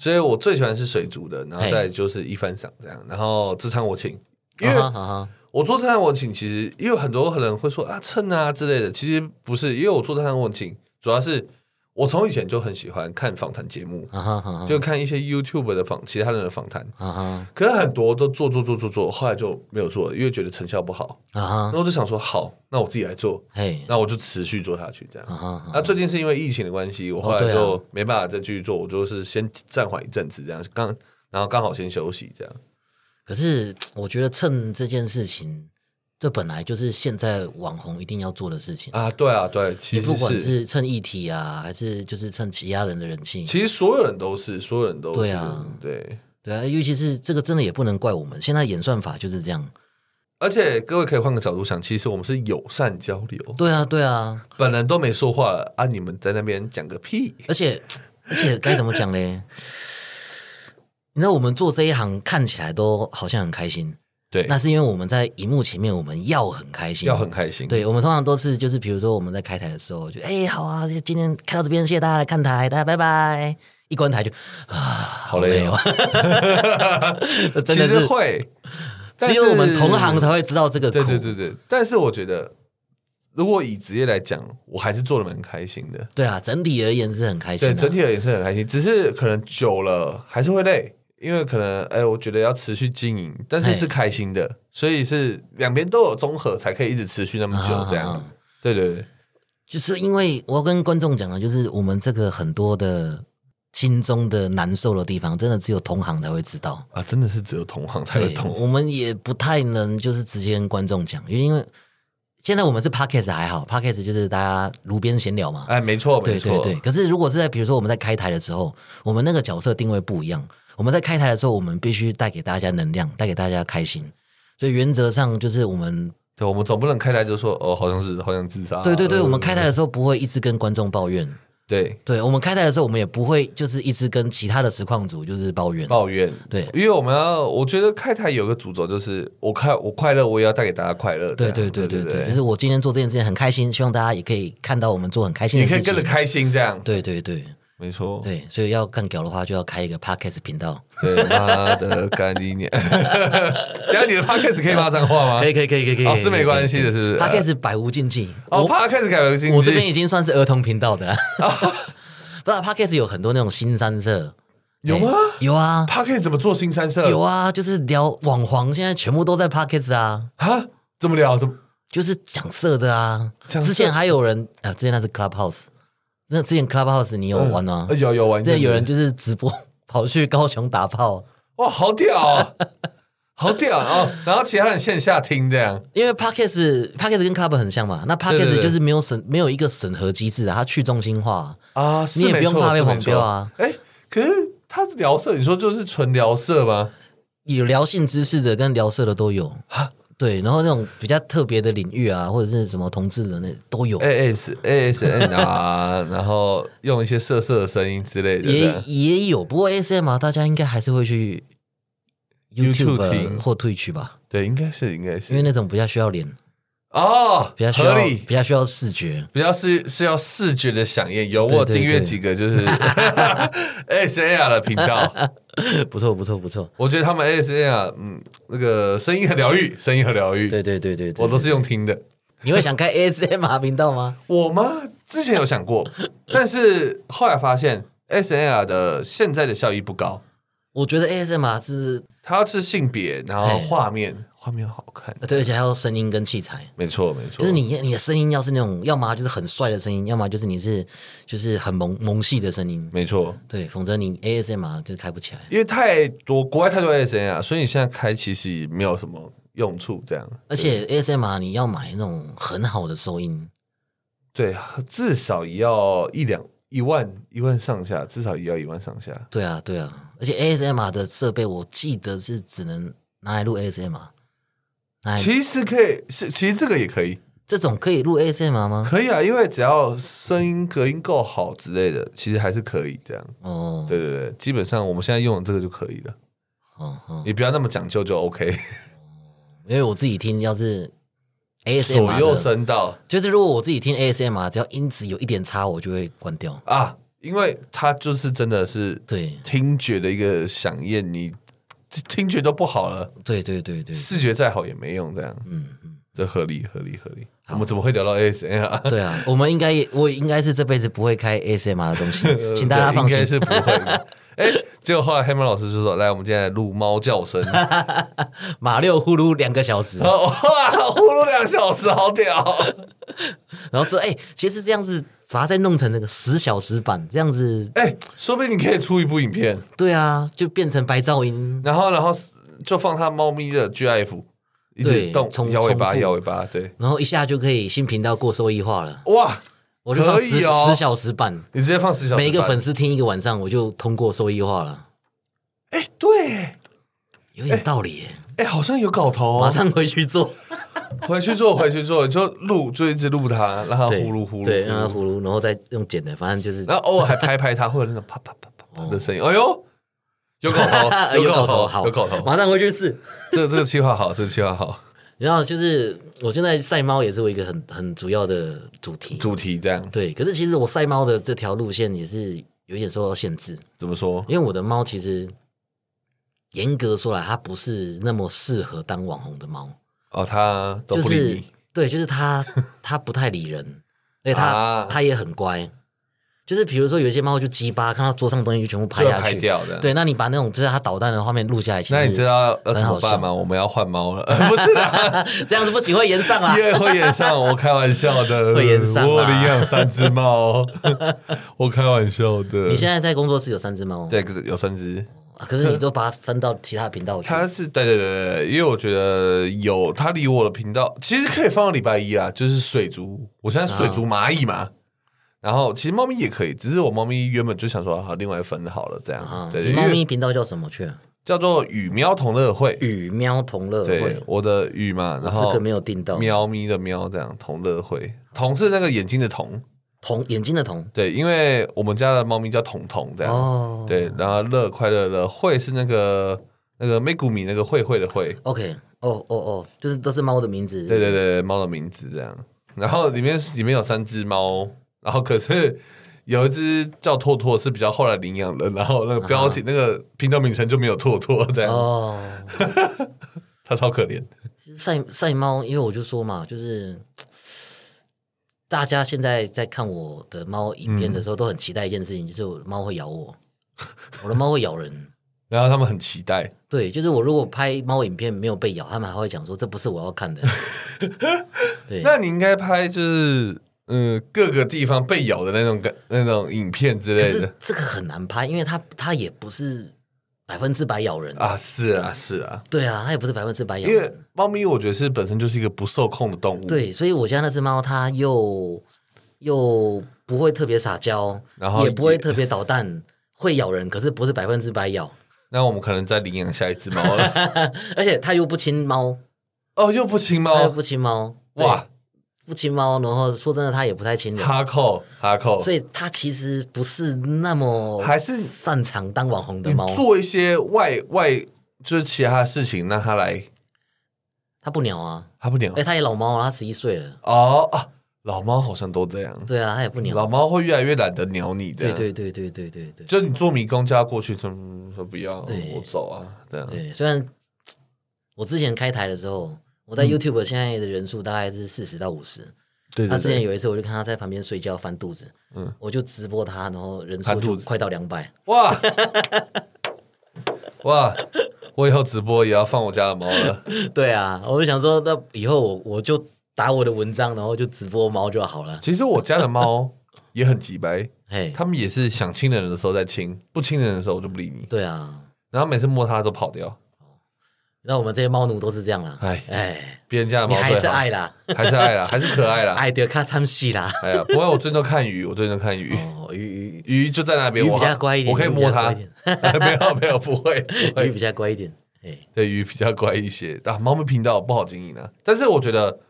所以我最喜欢是水族的，然后
嘿
再就是一番赏这样，然后这餐我请，因
啊
为
哈啊哈，
我做这餐我请，其实因为很多人会说啊蹭啊之类的，其实不是，因为我做这餐我请，主要是我从以前就很喜欢看访谈节目，
啊哈啊哈，
就看一些 YouTube 的访其他人的访谈，
啊哈
可是很多都做做做做做，后来就没有做了，因为觉得成效不好。
啊
那
哈，
我就想说，好，那我自己来做，
嘿，
那我就持续做下去这
啊
样。
哈啊
那
哈，
最近是因为疫情的关系，我后
哦对
来
啊
就没办法再继续做，我就是先暂缓一阵子这样，刚然后刚好先休息这样。
可是我觉得蹭这件事情，这本来就是现在网红一定要做的事情。
啊，对啊，对，
你
其
不
实
管
是，
是蹭议题啊，还是就是蹭其他人的人气，
其实所有人都是，所有人都是，
对啊
对。
对啊，尤其是这个真的也不能怪我们，现在演算法就是这样。
而且各位可以换个角度想，其实我们是友善交流，
对啊，对啊，
本人都没说话了啊，你们在那边讲个屁！
而且而且该怎么讲嘞？你知道我们做这一行看起来都好像很开心，
对，
那是因为我们在荧幕前面我们要很开心，
要很开心，
对，我们通常都是就是，比如说我们在开台的时候，就哎、好啊，今天看到这边，谢谢大家来看台，大家拜拜。一关台就啊，好
好累哦
哦，呃真
其
的
实
是
会，
*laughs*
但
只
是
有我们同行才会知道这个苦。
对对对对，但是我觉得，如果以职业来讲，我还是做的蛮开心的。
对啊，整体而言是很开心、啊
对，
的。
整体而言是很开心，只是可能久了还是会累，因为可能哎，我觉得要持续经营，但是
嘿
是开心的，所以是两边都有综合，才可以一直持续那么久
啊
这样。对对对，
就是因为我要跟观众讲的，就是我们这个很多的心中的难受的地方，真的只有同行才会知道。
啊，真的是只有同行才会
对，
懂。
我们也不太能就是直接跟观众讲，因为现在我们是 podcast 还好，podcast 就是大家炉边闲聊嘛。
哎，没错没
对对
错，
对，可是如果是在比如说我们在开台的时候，我们那个角色定位不一样。我们在开台的时候，我们必须带给大家能量，带给大家开心。所以原则上就是我们，
对我们总不能开台就说哦，好像是好像自杀。
对啊对对，
呃
我们开台的时候不会一直跟观众抱怨，
对
对我们开台的时候，我们也不会就是一直跟其他的实况组就是抱怨。
抱怨，
对
因为我们要，我觉得开台有个主轴就是，我开我快乐，我也要带给大家快乐。
对
这
对
样
啊对对
对
对，就是我今天做这件事情很开心，希望大家也可以看到我们做很开心
你
的
可
事
以
情
跟着。开心这样。
对对对
没错，
对，所以要干屌的话，就要开一个 podcast 频道。
对，妈的干你
*laughs*
娘！等下你的 podcast 可以骂脏话吗？
可以可以可以可以可以，
哦是没关系的是不是
podcast 百无禁忌。我
哦，podcast 改为经济，
我这边已经算是儿童频道的啦。 *laughs* 不是啊 podcast 有很多那种新三色，
有吗
哎有啊，
podcast 怎么做新三社？
有啊，就是聊网黄，现在全部都在 podcast 啊。
啊？怎么聊？怎么？
就是讲色的啊。
讲色
之前还有人啊，之前那是 Clubhouse，那之前 Clubhouse 你有玩吗？
呃有有玩，
之前有人就是直播 *laughs* 跑去高雄打炮，
哇，好屌、哦，好屌哦！然后其他人线下听这样，
因为 Podcast Podcast 跟 Club 很像嘛，那
对对
Podcast
对
就是没有审没有一个审核机制啊，它去中心化。
啊，
你也不用怕被黄标啊
哎、诶可是他聊色，你说就是纯聊色吗？
有聊性知识的跟聊色的都有，对，然后那种比较特别的领域啊，或者是什么同志的那都有，
A S A S N 啊， *laughs* 然后用一些色色的声音之类的。
也也有。不过 ASM 啊，大家应该还是会去
YouTube
YouTube 啊
听
或 Twitch 吧，
对，应该是应该是，
因为那种比较需要脸，
哦，
比较需要
合理
比，较需要视
*clears throat*
觉。
比较是是要视觉的响应。有
对
我
对
订阅
对
几个就是 *laughs* S A R 的频道，
不错，不错，不错。
我觉得他们 S A R 嗯，那个声音很疗愈，声音很疗愈。
对对对对对，
我都是用 *laughs* 听的。
你会想开 ASMR 频道吗？
我吗？之前有想 *laughs* 过，但是后来发现 S N R 的现在的效益不高，
我觉得 ASMR 是
它是性别，然后画面画面好看，
对，而且还要声音跟器材。
没错没错，
就是你你的声音要是那种，要么就是很帅的声音，要么就是你是就是很萌萌系的声音，
没错，
对，否则你 ASMR 就开不起来。
因为太多国外太多 S N R，所以你现在开其实也没有什么用处，这样
而且 ASMR 你要买那种很好的收音，
对，至少也要一两一万一万上下，至少也要一万上下。
对啊，对啊。而且 ASMR 的设备，我记得是只能拿来录 ASMR，拿来
其实可以是，其实这个也可以，
这种可以录 ASMR 吗？
可以啊，因为只要声音隔音够好之类的，其实还是可以这样。
哦，
对对对，基本上我们现在用的这个就可以了。
哦哦，
你不要那么讲究就 OK。
因为我自己听要是 ASMR
*laughs* 左
的
右声道
就是如果我自己听 ASMR，只要音质有一点差，我就会关掉。
啊，因为它就是真的是
对，
听觉的一个响应，你听觉都不好了，
对对对
*laughs*
对，
视觉再好也没用，这样
嗯嗯，
这合理合理合理。
好
我们怎么会聊到 ASMR？
对啊，我们应该也，我应该是这辈子不会开 ASMR 的东
*laughs*
西， *laughs* 请大家放
呃应该
心。
是不会
*laughs*
的。哎，结果后来黑猫老师就说：“来，我们今天来录猫叫声。” *laughs*
马六呼噜两个小时，
然后哇，呼噜两小时，好屌！
然后说，哎、其实这样子把它再弄成那个十小时版，这样子，
哎，说不定你可以出一部影片，
对啊，就变成白噪音。
然后然后就放它猫咪的 GIF，一直
对
动
重
摇尾
重
巴
复
摇尾巴，对。
然后一下就可以新频道过收益化了，
哇，
我就放
可以
十十、
哦
10小时版，
你直接放十小时半，
每一个粉丝听一个晚上，我就通过收益化了，
哎、对，哎、
有点道理耶、
好像有搞头、
马
哦，
上回去做，
回去做，回去做，就录，就一直录它，让哦它呼
对
噜呼噜，哦
对，让它呼噜，然后再用剪的，反正就是
然后偶尔还拍拍它，会有那种啪啪啪啪啪的声音，哎呦，有搞
*laughs*
头，
*laughs* 哦有
搞
搞头，
头，
好，
有搞头，
马上回去试。
这个这个计划好，这个计划好，
然后就是我现在晒猫也是我一个很很主要的主题，
主题这样
对。可是其实我晒猫的这条路线也是有一点受到限制，
怎么说？
因为我的猫其实严格说来，它不是那么适合当网红的猫，
哦，他都
就
不理你，
是对，就是
*laughs*
它它不太理人，而且它、
啊
它也很乖。就是比如说有一些猫就鸡巴，看到桌上东西就全部拍
就
下
要
去，
拍掉的。
对，那你把那种就是它捣蛋的画面录下来，其实
那你知道要怎么
很
办
好
吗？我们要换猫了， *laughs* 不是啦，。
*laughs* 这样子不行会延上啊
*laughs* 也会演上，我开玩笑的，
会演上啊
我领养三只猫，我开玩笑的。
你现在在工作室有三只猫，
对，有三只。
啊可
*laughs*
是你都把它分到其他频道去，啊
他是对对对对，因为我觉得有他离我的频道其实可以放到礼拜一啊，就是水族，我现在
啊
水族蚂蚁嘛。然后其实猫咪也可以，只是我猫咪原本就想说好另外分好了这样，
啊，
对
你
对，
猫
因
咪
为
频道叫什么去啊？
叫做与喵同乐会，
与喵同乐
对
会，
我的与嘛，然后
这个没有定到。
喵咪的喵这样同乐会，同是那个眼睛的同，
瞳眼睛的瞳
对，因为我们家的猫咪叫彤彤这样，
哦，
对，然后乐快乐的乐会是那个那个美谷米那个会会的会，
，OK，哦哦哦，就是都是猫的名字，
对对对，对，猫的名字这样。然后里面里面有三只猫，然后可是有一只叫拓拓是比较后来领养的，然后那个标题、那个频道名称就没有拓拓这样，
啊哦，
它超可怜。
其实晒晒猫，因为我就说嘛，就是。大家现在在看我的猫影片的时候，都很期待一件事
嗯
情，就是我的猫会咬我， *laughs* 我的猫会咬人。
然后他们很期待，
对，就是我如果拍猫影片没有
*laughs*
被咬，他们还会讲说这不是我要看的。对，
那你应该拍就是嗯各个地方被咬的那种感那种影片之
可
类
是
的
这个很难拍，因为它它也不是百分之百咬人啊。
啊，是啊是啊，
对啊，它也不是百分之百咬
因为
人。
猫咪我觉得是本身就是一个不受控的动物，，
对，所以我家那只猫它又又不会特别撒娇，
然后
也不会
也
特别捣蛋，会咬人，可是不是百分之百咬，
那我们可能再领养下一
*laughs*
只猫了，
而且它又不亲猫，
哦又不亲
它又
猫，
哎不亲猫，
哇
对，不亲猫，然后说真的，它也不太亲人。
哈扣哈扣，
所以它其实不是那么
还是
擅长当网红的
你
猫，
做一些外外就是其他的事情让它来，
它不鸟啊。
它不鸟
哎、它也老猫了，它十一岁了。
哦啊，老猫好像都这样，
对啊，它也不鸟。
老猫会越来越懒得鸟你的，
对对对对对对对
就你坐迷宫叫他过去，他嗯说不要，
对
我走啊，这样。
对。虽然我之前开台的时候，我在 YouTube 现在的人数大概是四十到五十。
嗯对
那之前有一次，我就看他在旁边睡觉翻肚子，
嗯
我就直播他，然后人数
翻
就
肚子
快到两百。
哇 *laughs* 哇，我以后直播也要放我家的猫了。
对啊，我就想说，那以后我我就打我的文章，然后就直播猫就好了。
其实我家的猫 *laughs* 也很急白，
嘿，
它们也是想亲人的时候再亲，不亲人的时候我就不理你。
对啊，
然后每次摸它都跑掉，
那我们这些猫奴都是这样啦。
哎
哎，
别人家的
你
猫
还
最
是
好，啊
爱啦，
还是爱啦，还 *laughs* 是可爱啦。
爱的看参戏啦。
哎呀，不过我最近都看鱼，我最近都看鱼，
哦，鱼鱼
鱼就在那边，
鱼
我
比较乖一点
我可以
鱼比
摸
较
它
乖一点。
*laughs* 没有没有，不
*laughs*
会，不会
鱼比较乖一点。哎，
对鱼比较乖一些。啊，猫咪频道不好经营啊，但是我觉得，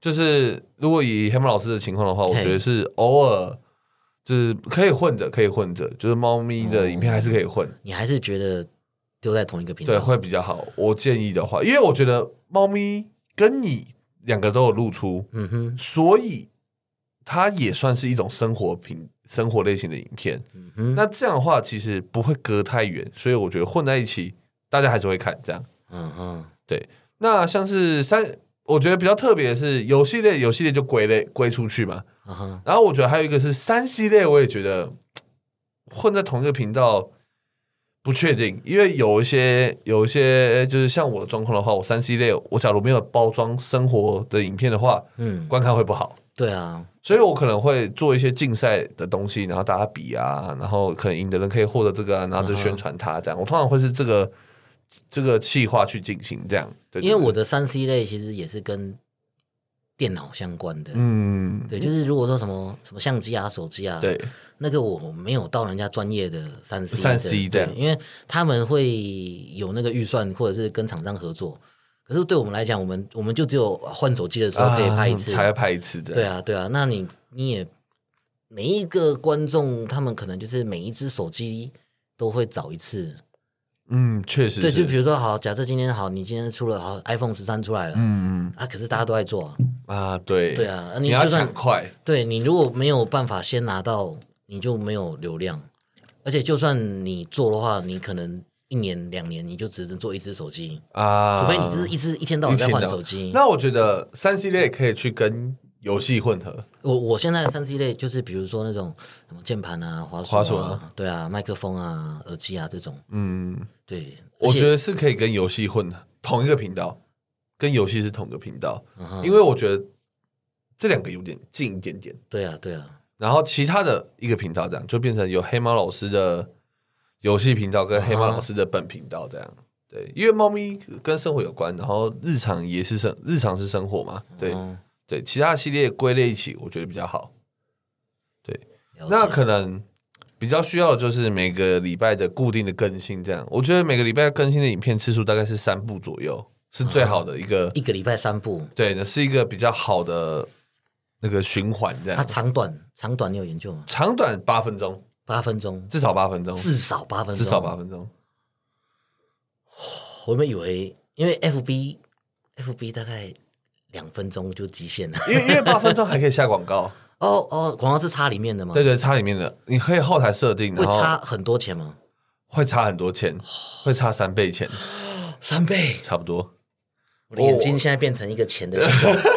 就是如果以黑猫老师的情况的话，我觉得是偶尔就是可以混着，可以混着，就是猫咪的影片还是可以混，
你还是觉得丢在同一个频道？
对，会比较好。我建议的话，因为我觉得猫咪跟你两个都有露出，
嗯哼，
所以它也算是一种生活品。生活类型的影片，
嗯哼，
那这样的话其实不会隔太远，所以我觉得混在一起，大家还是会看这样。
嗯哼，
那像是三，我觉得比较特别的是游戏类，游戏类就归类归出去嘛。
嗯哼，
然后我觉得还有一个是三 C 类，我也觉得嘖混在同一个频道不确定，因为有一些有一些就是像我的状况的话，我三 C 类，我假如没有包装生活的影片的话，
嗯，
观看会不好。
对啊，
所以我可能会做一些竞赛的东西，然后大家比啊，然后可能赢的人可以获得这个、啊，然后就宣传它这样。我通常会是这个这个企划去进行这样，对
因为我
对
的三 C 类其实也是跟电脑相关的。
嗯，
对，就是如果说什么什么相机啊、手机啊，，
对，
那个我没有到人家专业的三 C
三 C
对
对，
因为他们会有那个预算，或者是跟厂商合作。可是对我们来讲，我们我们就只有换手机的时候可以拍一次，
啊才拍一次的。
对，啊，对啊，那你你也每一个观众，他们可能就是每一只手机都会找一次，
嗯，确实
对，
是
就比如说好，假设今天好，你今天出了好 iPhone 十三出来了、
嗯
啊，可是大家都在做啊、
嗯啊，对
对，啊，
你
你
要
就算
抢快，
对你如果没有办法先拿到，你就没有流量，而且就算你做的话，你可能一年两年你就只能做一只手机，
啊，
除非你就是一直一天到晚在
一天
换
到
手机。
那我觉得三 C 类可以去跟游戏混合，
我我现在的三 C 类就是比如说那种什么键盘啊、滑鼠啊、
滑鼠啊
对啊、麦克风啊、耳机啊这种，
嗯，
对，
我觉
得
得是可以跟游戏混的，同一个频道，跟游戏是同一个频道，因
为
为我觉得这两个有点近一点点，
对啊对啊，
然后其他的一个频道这样就变成有黑猫老师的游戏频道跟黑猫老师的本频道这样。对，因为猫咪跟生活有关，然后日常也是生日常是生活嘛，对、
嗯
对，其他系列归类一起，我觉得比较好。
了解
那可能比较需要的就是每个礼拜的固定的更新，这样我觉得每个礼拜更新的影片次数大概是三部左右，是最好的一个，
一个礼拜三部，
对，那是一个比较好的那个循环这
它
样，
长短长短你有研究吗？
长短八分钟，
八分钟，
至少八分钟，
至少八分
嗯至
钟，
少八分钟。
我们以为，因为 FB FB 大概两分钟就极限了。 *laughs*
因为因为八分钟还可以下广告，
哦哦，广告是插里面的吗？
对对，插里面的，你可以后台设定，
会
然后
插很多钱吗？
会差很
*sighs*
多钱，会差三倍钱，
三倍！
差不多。
我的眼睛现在变成一个钱的形
哦
状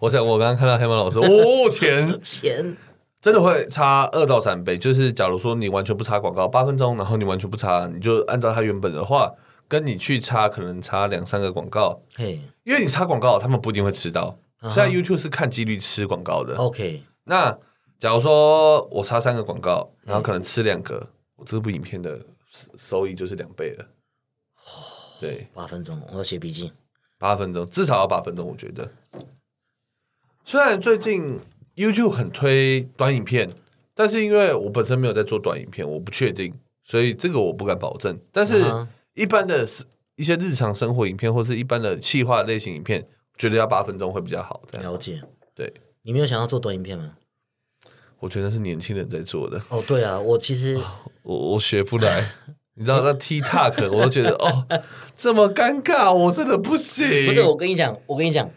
我想我刚刚看到黑猫老师，哦，钱
*laughs* 钱。
真的会差二到三倍。就是假如说你完全不插广告八分钟，然后你完全不插，你就按照它原本的话，跟你去插可能插两三个广告，
嘿
因为你插广告，他们不一定会吃到。
啊哈哦
现在 YouTube 是看几率吃广告的，
，OK，
那假如说我插三个广告，然后可能吃两个，我这部影片的收收益就是两倍了。对，
八分钟，我要写笔记。
八分钟，至少要八分钟，我觉得。虽然最近 YouTube 很推短影片，但是因为我本身没有在做短影片，我不确定，所以这个我不敢保证。但是
嗯哼
一般的是一些日常生活影片，或是一般的企划类型影片，觉得要八分钟会比较好。这样，
了解。
对，
你没有想要做短影片吗？
我觉得是年轻人在做的，
哦，对啊，我其实
我我学不来。你知道那 TikTok，我都觉得哦，这么尴尬，我真的不行。
不是，我跟你讲，我跟你讲，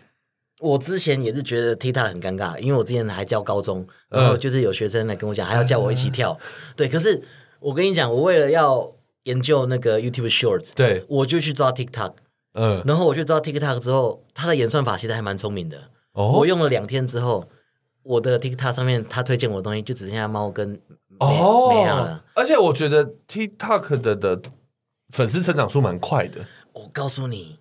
我之前也是觉得 TikTok 很尴尬，因为我之前还教高中，然后就是有学生来跟我讲，还要叫我一起跳。
嗯
对，可是我跟你讲，我为了要研究那个 YouTube Shorts，
对，
我就去抓 TikTok，
嗯，
然后我去抓 TikTok 之后，它的演算法其实还蛮聪明的。
哦
我，用了两天之后，我的 TikTok 上面它推荐我的东西就只剩下猫跟美
哦，
美亚了。
而且我觉得 TikTok 的的粉丝成长速蛮快的，
我告诉你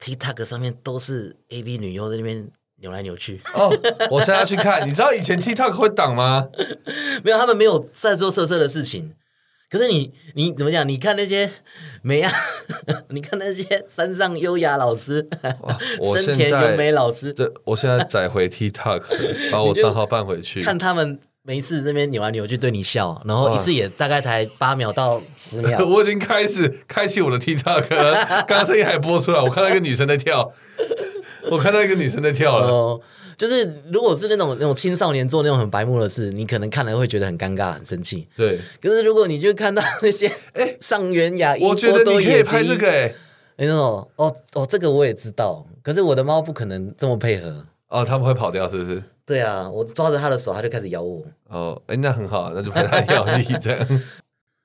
，TikTok 上面都是 AV 女优在那边扭来扭去，
哦， *laughs* 我现在要去看，你知道以前 TikTok 会挡
*laughs*
吗？
没有他们没有在做色色的事情。可是你你怎么讲？你看那些美亚， *laughs* 你看那些山上优雅老师
哇，
*laughs*
我
深
现
田
在
由美老师，
这我现在载回 TikTok，
*laughs*
把我账号办回去。 *laughs*
看他们每一次那边扭来扭去对你笑，然后一次也大概才八秒到十秒。
我已经开始开启我的 TikTok 了， *laughs* 刚刚声音还播出来，我看到一个女生在跳，我看到一个女生在跳了。
哦，就是如果是那种那种青少年做那种很白目的事，你可能看了会觉得很尴尬、很生气。
对，
可是如果你就看到那些，
哎
哎，上元雅一，
我觉得
波多
你可以
野
拍
结
这
衣
个，哎，
哎，那种哦哦，这个我也知道，可是我的猫不可能这么配合。
哦，他们会跑掉是不是？
对啊，我抓着它的手，它就开始咬我。
哦，哎，那很好，那就拍他咬你
*laughs*
这样。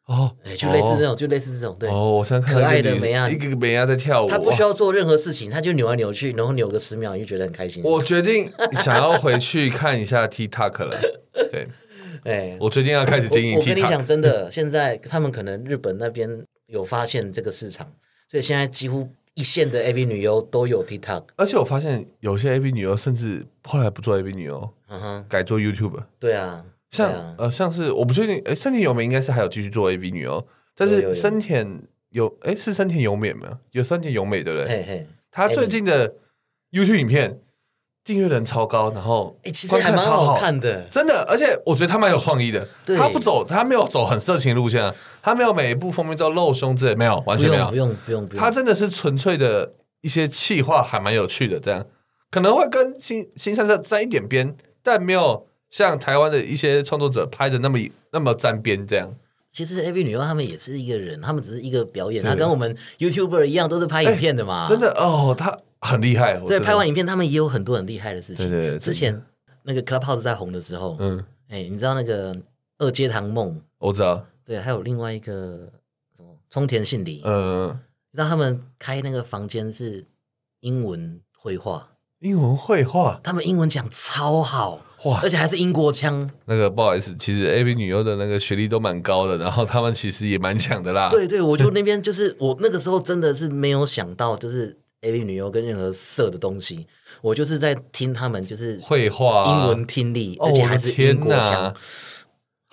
哦，
哎，就类似
哦
这种，就类似这种，对。
哦，我现在看到
可爱
一个
的
女
美亚
一个啊美亚在跳舞，
它不需
哇。
要做任何事情，它就扭来扭去，然后扭个十秒，你就觉得很开心。
我决定想要回去看一下 TikTok
*laughs*
了。对，
哎，
我最近要开始经营
我我跟你
TikTok。
讲，真的，现在他们可能日本那边有发现这个市场，所以现在几乎一线的 AV 女优都有 TikTok。
而且我发现有些 AV 女优甚至后来不做 AV 女优，
嗯哼，
改做 YouTube。
对啊，
像、
对啊
呃，像是我不确定，诶，森田由美应该是还有继续做 AV 女优，但
有有
是
有
森田有诶，是森田由美没有？有森田由美对不对？
嘿嘿，
她最近的 YouTube 影片订阅人超高，然后
哎、其实
观
还
看
蛮
超好
好看的。
真的，而且我觉得他蛮有创意的。
对
他不走，他没有走很色情路线啊，他没有每一部封面都露胸之类，没有，完
不
全没
用不
有。
用不用不用，
他真的是纯粹的一些气话，还蛮有趣的。这样可能会跟新新三色沾一点边，但没有像台湾的一些创作者拍的那么那么沾边这样。
其实 AV 女优她们也是一个人，她们只是一个表演，
对
她跟我们 YouTuber 一样都是拍影片的嘛。
真，的哦，他很厉害。我
啊对，
真的
拍完影片，她们也有很多很厉害的事情。
对对对
之前那个 Clubhouse 在红的时候，哎、
嗯，
你知道那个二阶堂梦，
我知道，
对，还有另外一个什么冲田杏里，
呃，
让他们开那个房间是英文绘画，
英文绘画
他们英文讲超好，
哇
而，且还是英国腔。
那个不好意思，其实 A V 女优的那个学历都蛮高的，然后他们其实也蛮强的啦。
对对，我就那边就是我那个时候真的是没有想到，就是 A V 女优跟任何色的东西，我就是在听他们就是
绘画、啊
英文听力，
哦，
而且还是
我的天
英国腔
哪，，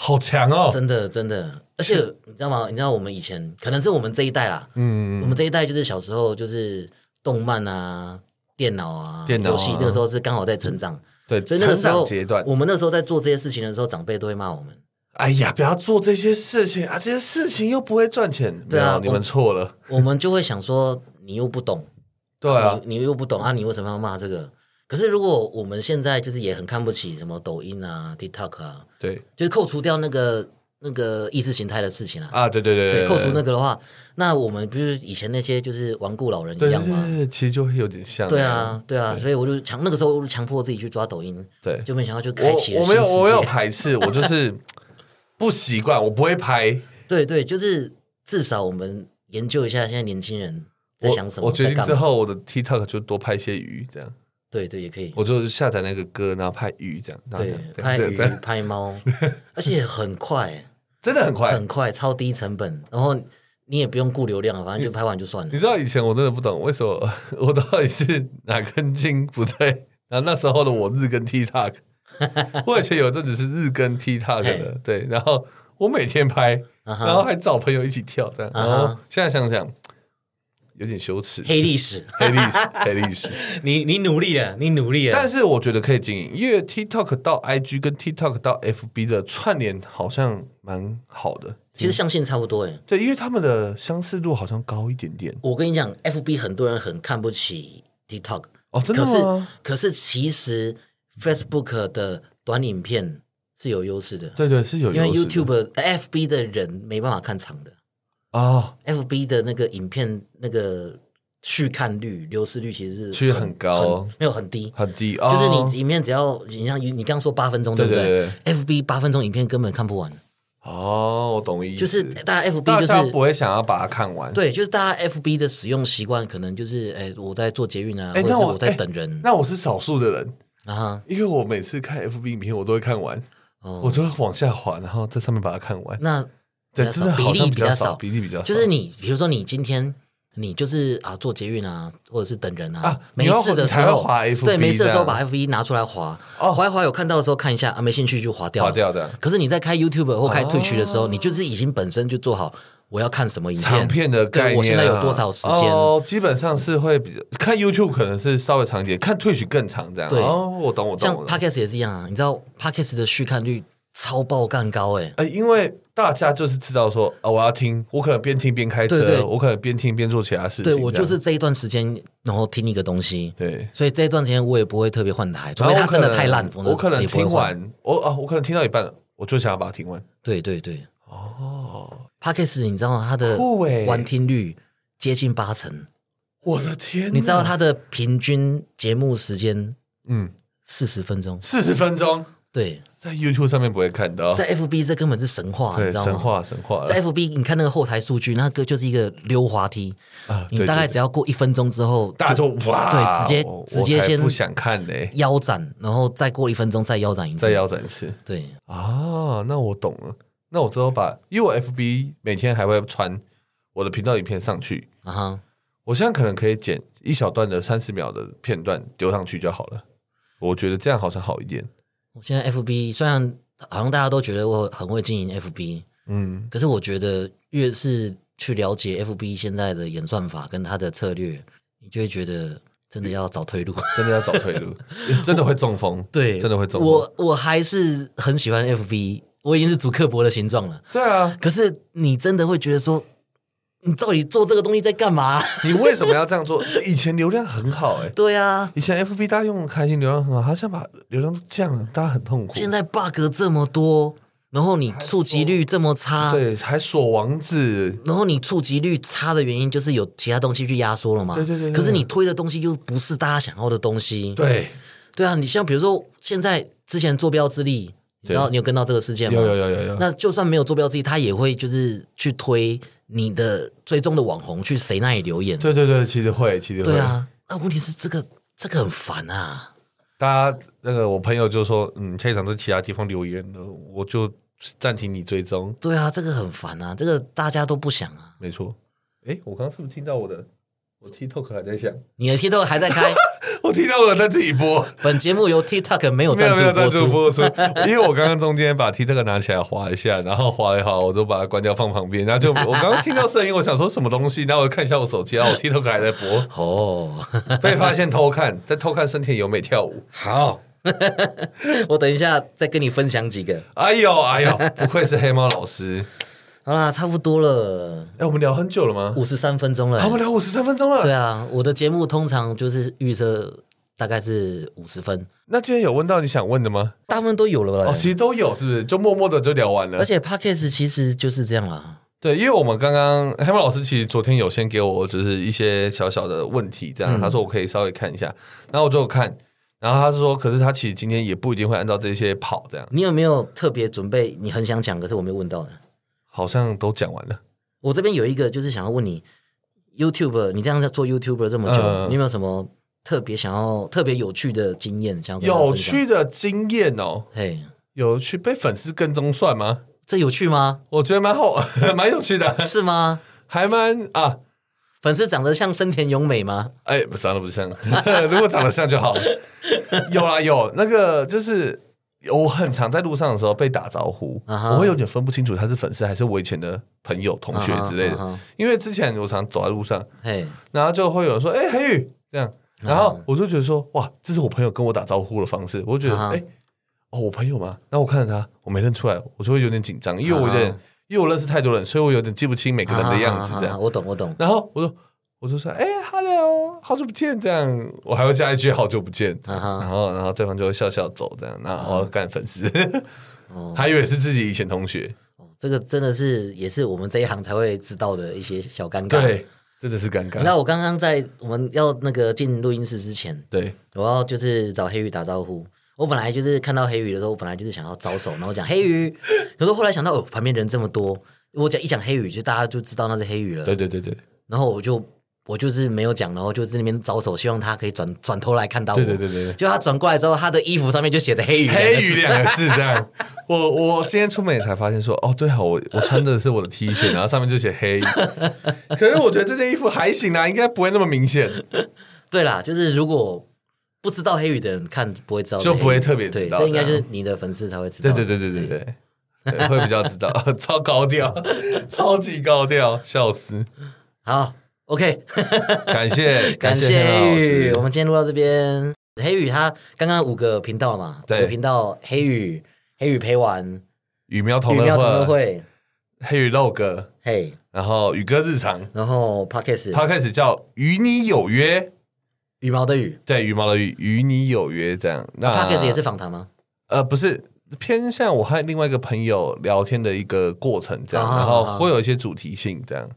好强哦！
真的真的。而且你知道吗？你知道我们以前可能是我们这一代啦，我
嗯，
们这一代就是小时候就是动漫啊、电脑啊、
电脑啊
游戏，那个时候是刚好在成长。
对，
所以那个
成
时
长
候
阶段，
我们那时候在做这些事情的时候，长辈都会骂我们。
哎呀，不要做这些事情啊！这些事情又不会赚钱，
对啊
没有你们错了，
我们就会想说，你又不懂，
对啊，
你你又不懂啊，你为什么要骂这个？可是如果我们现在就是也很看不起什么抖音啊、TikTok 啊，
对
就是扣除掉那个那个意识形态的事情啊，
啊，对对对
对，
对，
扣除那个的话，那我们不是以前那些就是顽固老人
对
一
对
样
对，
吗？
对其实就会有点像，
对啊，，对啊，所以我就强那个时候我就强迫自己去抓抖音，
对，
就没想到就开启
我
了
我
新
没有我没
世
有
界。
排斥，我就是不习惯，我不会拍，
对对，就是至少我们研究一下现在年轻人 *laughs* 在
我
想什么，
我决
在
定
干
之
嘛。
后，我的 TikTok 就多拍一些鱼，这样，
对对，也可以。
我就下载那个歌，然后拍鱼这样，然后
对
这样，
拍
这样
鱼
这样
拍
*laughs*
猫，而且很快，
真的很快，
很快，超低成本，然后你也不用顾流量，反正就拍完就算
你
了。
知道以前我真的不懂为
*laughs*
什 *laughs* 么我到底是哪根筋不对，然后那时候的我日更 TikTok，我以前有阵子是日更 TikTok 的，对，然后我每天拍，
啊哈
然后还找朋友一起跳，这样，
啊
然
哈
后现在想想有点羞耻，
黑历
*laughs*
史，
黑历
*laughs*
史，黑历史。
你你努力了，你努力了，
但是我觉得可以经营，因为 TikTok 到 IG 跟 TikTok 到 FB 的串联好像蛮好的，
其实象限差不多哎。
对，因为他们的相似度好像高一点点。
我跟你讲，FB 很多人很看不起 TikTok，
哦，真
可
的
是
吗？
可是其实 Facebook 的短影片是有优势的，
对对，是有
因为
优势的
YouTube、FB 的人没办法看长的
哦，
，FB 的那个影片那个续看率、流失率其实是
其实很高
很没有很低。
很低哦，
就是你影片只要你像你刚刚说八分钟，对不
对对
？F B 八分钟影片根本看不完，
哦，我懂意思，
就是大家 F B
大
就
家
是
不会想要把它看完。，
对，就是大家 F B 的使用习惯可能就是，哎，我在做捷运啊，
哎
或者
那
是
我
我在等人
那我是少数的人，
啊哈。
因为我每次看 FB 影片，我都会看完，
哦
我就会往下滑，然后在上面把它看完。
那
对，
比较
真的
少
好
比
像
例比较
少，
少
比例比较少，
就是你，比如说你今天你就是啊坐捷运啊，或者是等人啊，
啊
没事的时
你
候
要你才会滑 FB
对，没事的时候
这
把
样
F B 拿出来滑，
哦
滑一滑有看到的时候看一下啊，没兴趣就滑掉了
划掉的
可是你在开 YouTube 或开 Twitch 的时
哦
候，你就是已经本身就做好我要看什么影片，
长片的概念、
对
啊，
我现在有多少时间。
哦，基本上是会比较看 YouTube 可能是稍微长一点，看 Twitch 更长这样。
对
哦，我懂，我懂，
像
我懂
Podcast 也是一样啊，你知道 Podcast 的续看率超爆干高哎、
呃，因为大家就是知道说，啊，我要听，我可能边听边开车，
对对
我可能边听边做其他事情。
对我
这样
就是这一段时间，然后听一个东西，
对。
所以这一段时间我也不会特别换台，除
然后
非
哦我
它真的
可能
太烂，
我可能
也不会
听
换。
完，我啊，我可能听到一半了，我就想要把它听完。
对对对，哦 p a c k e s 你知道吗它的
酷欸
完听率接近八成，
我的天，
你知道？它的平均节目时间
嗯，
四十分钟，
四十分钟
对，
在 YouTube 上面不会看到，
在 FB 这根本是神话，你
哦对
知道
神
吗？
话神话
在
了
FB 你看那个后台数据，那个就是一个溜滑梯，
啊！
你
对
大概
对
只要过一分钟之后，
大家就哇，
对，直接
我
直接
我才
先
不想看嘞，
腰斩，然后再过一分钟再腰斩一次，
再腰斩一次。
对，
啊，那我懂了。那我之后把，因为我 FB 每天还会传我的频道影片上去，
啊哈，
我现在可能可以剪一小段的三十秒的片段丢上去就好了。我觉得这样好像好一点。
我现在 FB 虽然好像大家都觉得我很会经营 FB，
嗯，
可是我觉得越是去了解 FB 现在的演算法跟它的策略，你就会觉得真的要找退路。
真的要找退 *laughs* 路，真的会中风。
对
真的会中风。
我我还是很喜欢 FB，我已经是主刻薄的形状了。
对啊，
可是你真的会觉得说，你到底做这个东西在干嘛？ *laughs*
你为什么要这样做？ *laughs* 以前流量很好哎、
对啊，
以前 FB 大家用的开心，流量很好，他现在把流量都降了，大家很痛苦。
现在 bug 这么多，然后你触及率这么差，
对还锁网址，
然后你触及率差的原因就是有其他东西去压缩了嘛。
对对对对
可是你推的东西又不是大家想要的东西。
对，
对啊，你像比如说现在之前坐标之力，你知道
对
你有跟到这个事件吗？
有有有有有。
那就算没有坐标之力，他也会就是去推你的追踪的网红去谁那里留言。
对对对，其实会，其实会。
对啊，那问题是这个这个很烦啊。
大家那个我朋友就说，嗯，现场在其他地方留言了，我就暂停你追踪。
对啊，这个很烦啊，这个大家都不想啊。
没错，诶，我刚刚是不是听到我的？我 TikTok 还在响，
你的 TikTok 还在开，
我听到我在自己播，
本节目由 TikTok 没有
没
赞
有没有
助
哦在
播
助
出。
播出，因为我刚刚中间把 TikTok 拿起来划一下，然后划一划，我就把它关掉放旁边，然后就我刚刚听到声音，我想说什么东西，然后我看一下我手机，然后我 TikTok 还在播，
哦， *laughs*
被发现偷看，在偷看森田由美跳舞，
好，我等一下再跟你分享几个。
哎呦哎呦，不愧是黑猫老师，
好啦，差不多了，
哎，我们聊很久了吗？
五十三分钟了、
啊我们聊五十三分钟了，
对啊，我的节目通常就是预测大概是五十分，
那今天有问到你想问的吗？
大部分都有了吧？
哦，其实都有，是不是？就默默的就聊完了
而。且 podcast 其实就是这样啦。
对，因为我们刚刚黑猫老师其实昨天有先给我就是一些小小的问题，这样、
嗯
他说我可以稍微看一下，然后我就有看，然后他是说，可是他其实今天也不一定会按照这些跑，这样
你有没有特别准备？你很想讲，可是我没有问到的。
好像都讲完了。
我这边有一个，就是想要问你，YouTube，你这样在做 YouTube 这么久，
嗯
你有没有什么特别想要、特别有趣的经验想要跟大家
有
分享？
趣的经验哦，
嘿，
有趣被粉丝跟踪算吗？
这有趣
*laughs*
吗？
我觉得蛮好，蛮有趣的，
是吗？
还蛮啊，
粉丝长得像森田勇美吗？
*laughs* 啊哎，长得不像，如果长得像就好了。有啦，有那个就是我很常在路上的时候被打招呼
啊哈
我会有点分不清楚他是粉丝还是我以前的朋友、同学之类的。
啊哈啊哈
因为之前我常走在路上，
嘿，
然后就会有人说：“哎、黑宇这样。”
啊
然后我就觉得说：“哇，这是我朋友跟我打招呼的方式。”我就觉得：“
啊哈
哎、哦，我朋友吗？”然后我看着他，我没认出来，我就会有点紧张，因为我有点，
啊
因为我认识太多人，所以我有点记不清每个人的样子这
啊
样。
我懂，我懂。
然后我就我就说：“哎、哈 h e l l o 好久不见。”这样，我还会加一句“好久不见”。
啊
然
哈，啊
后，然后对方就会笑笑走这样，然后我干粉丝，
哦
*laughs* 还以为是自己以前同学，
哦这个真的是也是我们这一行才会知道的一些小尴尬。
对，，真的是尴
你知道
尬。
我刚刚在我们要那个进录音室之前，
对，
我要就是找黑鱼打招呼。我本来就是看到黑鱼的时候，我本来就是想要招手，然后讲黑鱼， *laughs* 可是后来想到哦，旁边人这么多，我讲一讲黑鱼，就大家就知道那是黑鱼了
对。对对对
然后我就我就是没有讲，然后就在那边招手，希望他可以转转头来看到我。
对对对对对，
就他转过来之后，他的衣服上面就写的黑鱼。
黑鱼两个字这样。我我今天出门也才发现说，哦，对啊，我我穿的是我的 T 恤，然后上面就写黑。 *laughs* 可是我觉得这件衣服还行啊，应该不会那么明显。
对啦，就是如果不知道黑鱼的人看不会知道是黑
就
鱼，
不会特别知道
对，这应该
这
就
样
是你的粉丝才会知道。
对对对对对对。对会比较知道， *laughs* 超高调，超级高调，笑死！
好，OK，
*laughs*
*laughs*
感谢
感
谢
谢
黑老
黑
师
鱼，我们今天录到这边。黑鱼他刚刚五个频道了嘛，五
对
个频道黑鱼、黑鱼陪玩、
羽苗同
鱼
乐
喵同乐
会、
会，
黑鱼肉哥，
嘿，
然后宇哥日常，
然后 Pockets
他开始叫与你有约，
羽毛的羽
对，羽毛的羽，与你有约这样。那
，Pockets 也是访谈吗？
呃，不是偏向我和另外一个朋友聊天的一个过程这样，
啊
然后会有一些主题性这样。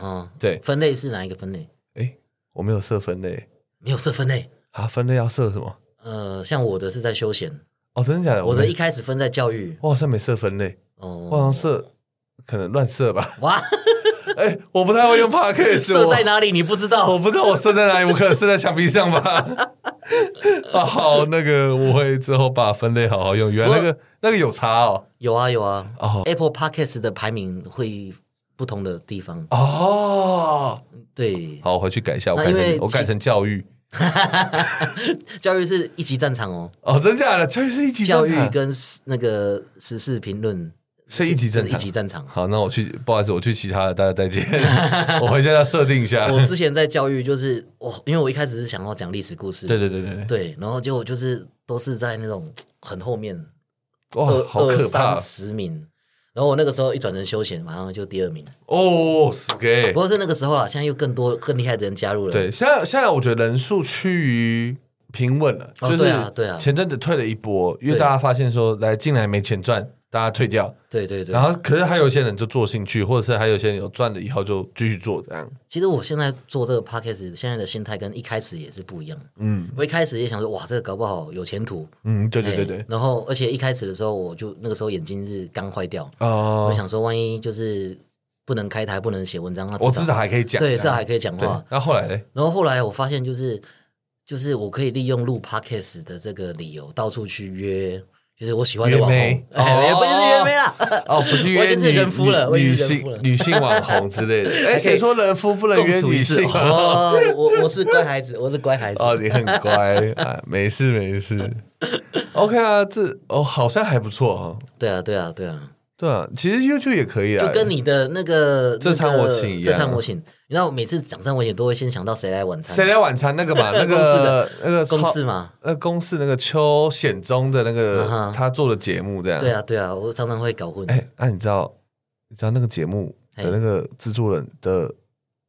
啊，
对，
分类是哪一个分类？
诶，我没有设分类
没有设分类。
啊，分类要设什么？
呃，像我的是在休闲，
哦，真的假的？
我的
没
一开始分在教育。
我好像没设分类，我好
哦
像，设可能乱设吧。 *laughs*
哇，
哎、我不太会用 p o d c
*laughs*
a s
设在
我
哪里你不知
我
道？
不知道我设在哪里，我可能设在墙壁上
*laughs*
吧。啊，好，那个我会之后把分类好好用。原来那个那个有差哦。
有啊有啊
哦
，Apple Podcast 的排名会不同的地方，
哦，
对，
好，我回去改一下，我
那
改
因为
成我改
其
成教育。
教育是一级战场哦，
哦，真假的？教育是一级
教
战
育
场。
跟时那个时事评论
是一级战场
一级战场。
好，那我去，不好意思，我去其他的，大家
*laughs*
再见。我回家要设定一下。
我之前在教育就是哦，因为我一开始是想要讲历史故事，
对对对对，
对，然后结果就是都是在那种很后面
哇
二，
好可
二
怕哦
三十名。然后我那个时候一转成休闲，马上就第二名。
哦，死给
不。过是那个时候啊，现在又更多更厉害的人加入了。
对，现在现在我觉得人数趋于平稳了，
哦
就是
对啊对啊
前阵子退了一波，因为
对
大家发现说来进来没钱赚，大家退掉。
对对对
然。后，可是还有一些人就做兴趣，或者是还有一些人有赚了以后就继续做这样。
其实我现在做这个 podcast，现在的心态跟一开始也是不一样的。
嗯
我一开始也想说，哇，这个搞不好有前途。
嗯，对对对对
哎。然后，而且一开始的时候，我就那个时候眼睛是刚坏掉，
哦
哎我，想说，万一就是不能开台，不能写文章，那
我至少还可以讲。
对，至
这
少
样
还可以哦讲
对
话。
那后来呢？
然后后来我发现，就是就是我可以利用录 podcast 的这个理由，到处去约，就是我喜欢的网红，
约妹
哎
哦
不是约妹 *laughs* 啦，
哦，不是
*laughs* 我
约
已经
女
是人夫了我已
女女
经是人夫
性
了
女性网红之
*laughs*
类的。哎，谁说人夫不能
共
约
处一
女
室
性啊？
哦，我我是乖孩子，我是乖孩子。
*laughs* 哦，你很乖啊，没事没
*laughs*
事。OK 啊，这哦好像还不错哈、哦。
对啊，对啊，对啊，
对啊，其实 YouTube 也可以啊，
就跟你的那个
这餐
那个
我请一样啊
这餐我请。你知道，我每次讲这餐我请，都会先想到谁来晚餐，
谁来晚餐那个
*laughs*
嘛，那
公式
个
的
那个
公
超
司嘛。
呃公式那个邱显宗的那
嗯
个
哼
他做的节目这样。
对，啊，对啊，我常常会搞混。
哎，那你知道你知道那个节目的那个制作人的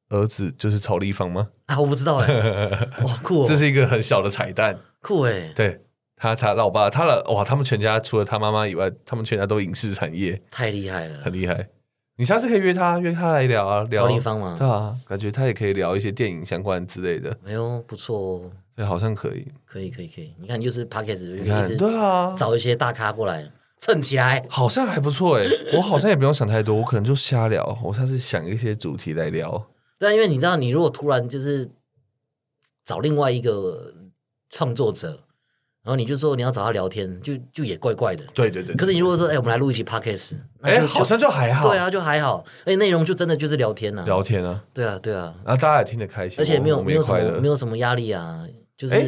儿子就是曹立芳吗？
啊，我不知道哎、 *laughs*
*laughs*
哇酷、哦，
这是一个很小的彩蛋。
酷哎、
对他，他老爸，他的哇，他们全家除了他妈妈以外，他们全家都影视产业，
太厉害了
很。厉害。你下次可以约他，约他来聊啊，聊
曹立芳吗
对啊，感觉他也可以聊一些电影相关之类的，
哎呦，不错哦，
对，好像可以。
可以可以可以。你看，就是 p a c k a g e
你看，
一直
对啊，
找一些大咖过来蹭起来。
好像还不错哎、我好像也不用想太多，我可能就瞎聊，我下次想一些主题来聊。
对啊，因为你知道，你如果突然就是找另外一个创作者，然后你就说你要找他聊天，就就也怪怪的。
对对对
可是你如果说，哎、我们来录一期 podcast，那
哎、
就
好像就还好。
对，啊，就还好，而且内容就真的就是聊天呐、啊，
聊天啊，
对啊，对啊，
然后大家也听得开心，
而且没有
我们
没
也
有什
快
么
乐
没有什么压力啊，就是、
哎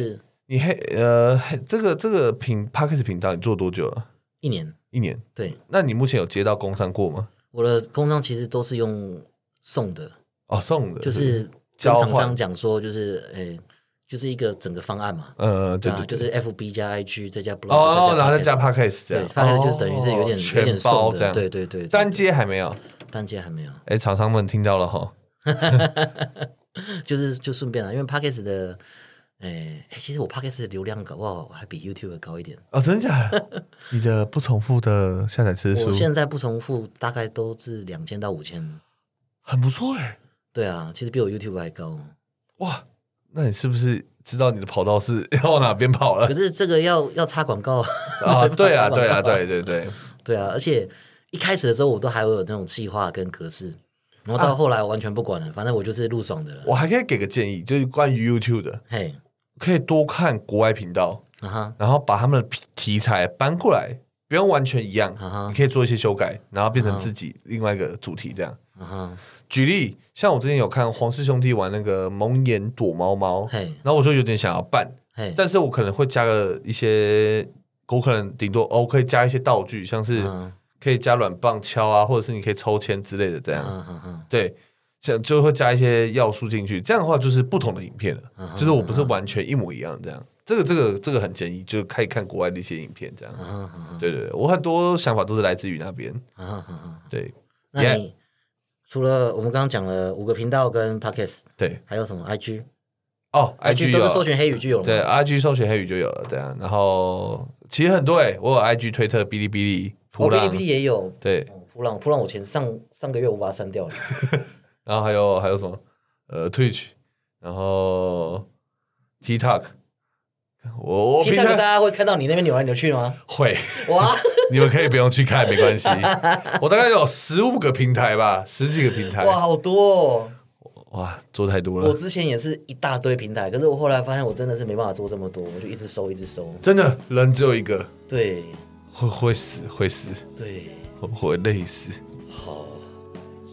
你黑呃黑这个这个频 p a c k e 频道你做多久了？
一年。
一年。
对，
那你目前有接到工商过吗？
我的工商其实都是用送的，
哦，送的，
就是
交
跟
换
厂商讲说，就是诶、就是一个整个方案嘛，
呃，对
对
对
啊，就
对
是 FB 加 IG 再加 blog，
哦，然后
podcast
再加 p a c k e 这
对
样，
，podcast 就是等于是有点
哦
有点
全包
送
这
的，
样，
对对对，对
单接还没有。
单接还没有，
哎，厂商们听到了哈，
就是就顺便了，因为 podcast 的。诶、诶其实我 podcast 的流量搞不好还比 YouTube 高一点。
哦，真的
*laughs*
假的？你的不重复的下载次数
我现在不重复，大概都是两千到五千。
很不错哎，
对啊，其实比我 YouTube 还高。
哇，那你是不是知道你的跑道是要往哪边跑了
可？是这个要要插广告
*laughs* 啊，
*laughs*
对啊，对啊，
要插广告
对对对，
对啊，而且一开始的时候我都还会有那种计划跟格式，然后到后来我完全不管了，反正我就是录爽的了。
我还可以给个建议，就是关于 YouTube 的，
嘿，
可以多看国外频道，
啊哈，
然后把他们的题材搬过来，不用完全一样
啊哈
你可以做一些修改，然后变成自己另外一个主题这样。
啊哈，
举例，像我之前有看黄氏兄弟玩那个蒙眼躲猫猫，
嘿，
然后我就有点想要办，
嘿，
但是我可能会加个一些，我可能顶多哦我可以加一些道具，像是
啊
可以加软棒敲啊，或者是你可以抽签之类的这
啊
样。
哈
对，像就会加一些要素进去，这样的话就是不同的影片了，
嗯哼
就是我不是完全一模一样这样。这个这个这个很建议，就是可以看国外的一些影片这样
啊。哈，
对对对，我很多想法都是来自于那边。
啊哈，
对
那你除了我们刚刚讲了五个频道跟 podcast，
对，
还有什么 IG？
哦
IG
，IG
都
有
是搜寻黑语就有了嘛。哦
对啊 IG 搜寻黑语就有了这样。然后其实很多哎，我有 IG、推特、哔哩哔哩、
哦，
扑
哔
浪
哩哔，哩也有。
对，
哦扑浪，扑浪，我前上上个月我把它删掉了。
然后还有还有什么呃 Twitch，然后 TikTok。我我平
TikTok 大
常
家会看到你那边扭来扭去
*laughs*
吗？
会。
哇，
你们可以不用去看，
*laughs*
没关系。我大概有十五个平台吧，十几个平台。
哇，
哇
好多哦！
做太多
我
了，
之前也是一大堆平台，可是我后来发现我真的是没办法做这么多，我就一直收，一直收。
真的人只有一个，
对
会会死，会死，
对，
会会累死。
好，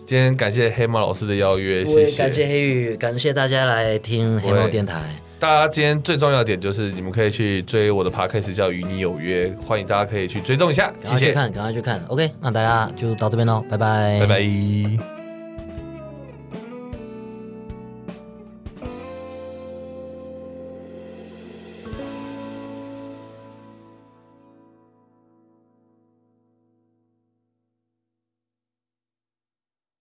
今天感谢黑猫老师的邀约，
我
哎谢
也感谢
谢。
黑雨，感谢大家来听黑猫电台。
大家今天最重要的点就是，你们可以去追我的 podcast 叫《与你有约》，欢迎大家可以去追踪一下，
赶
谢
快去
谢，
看，赶快去看。OK，那大家就到这边喽，拜拜，
拜拜。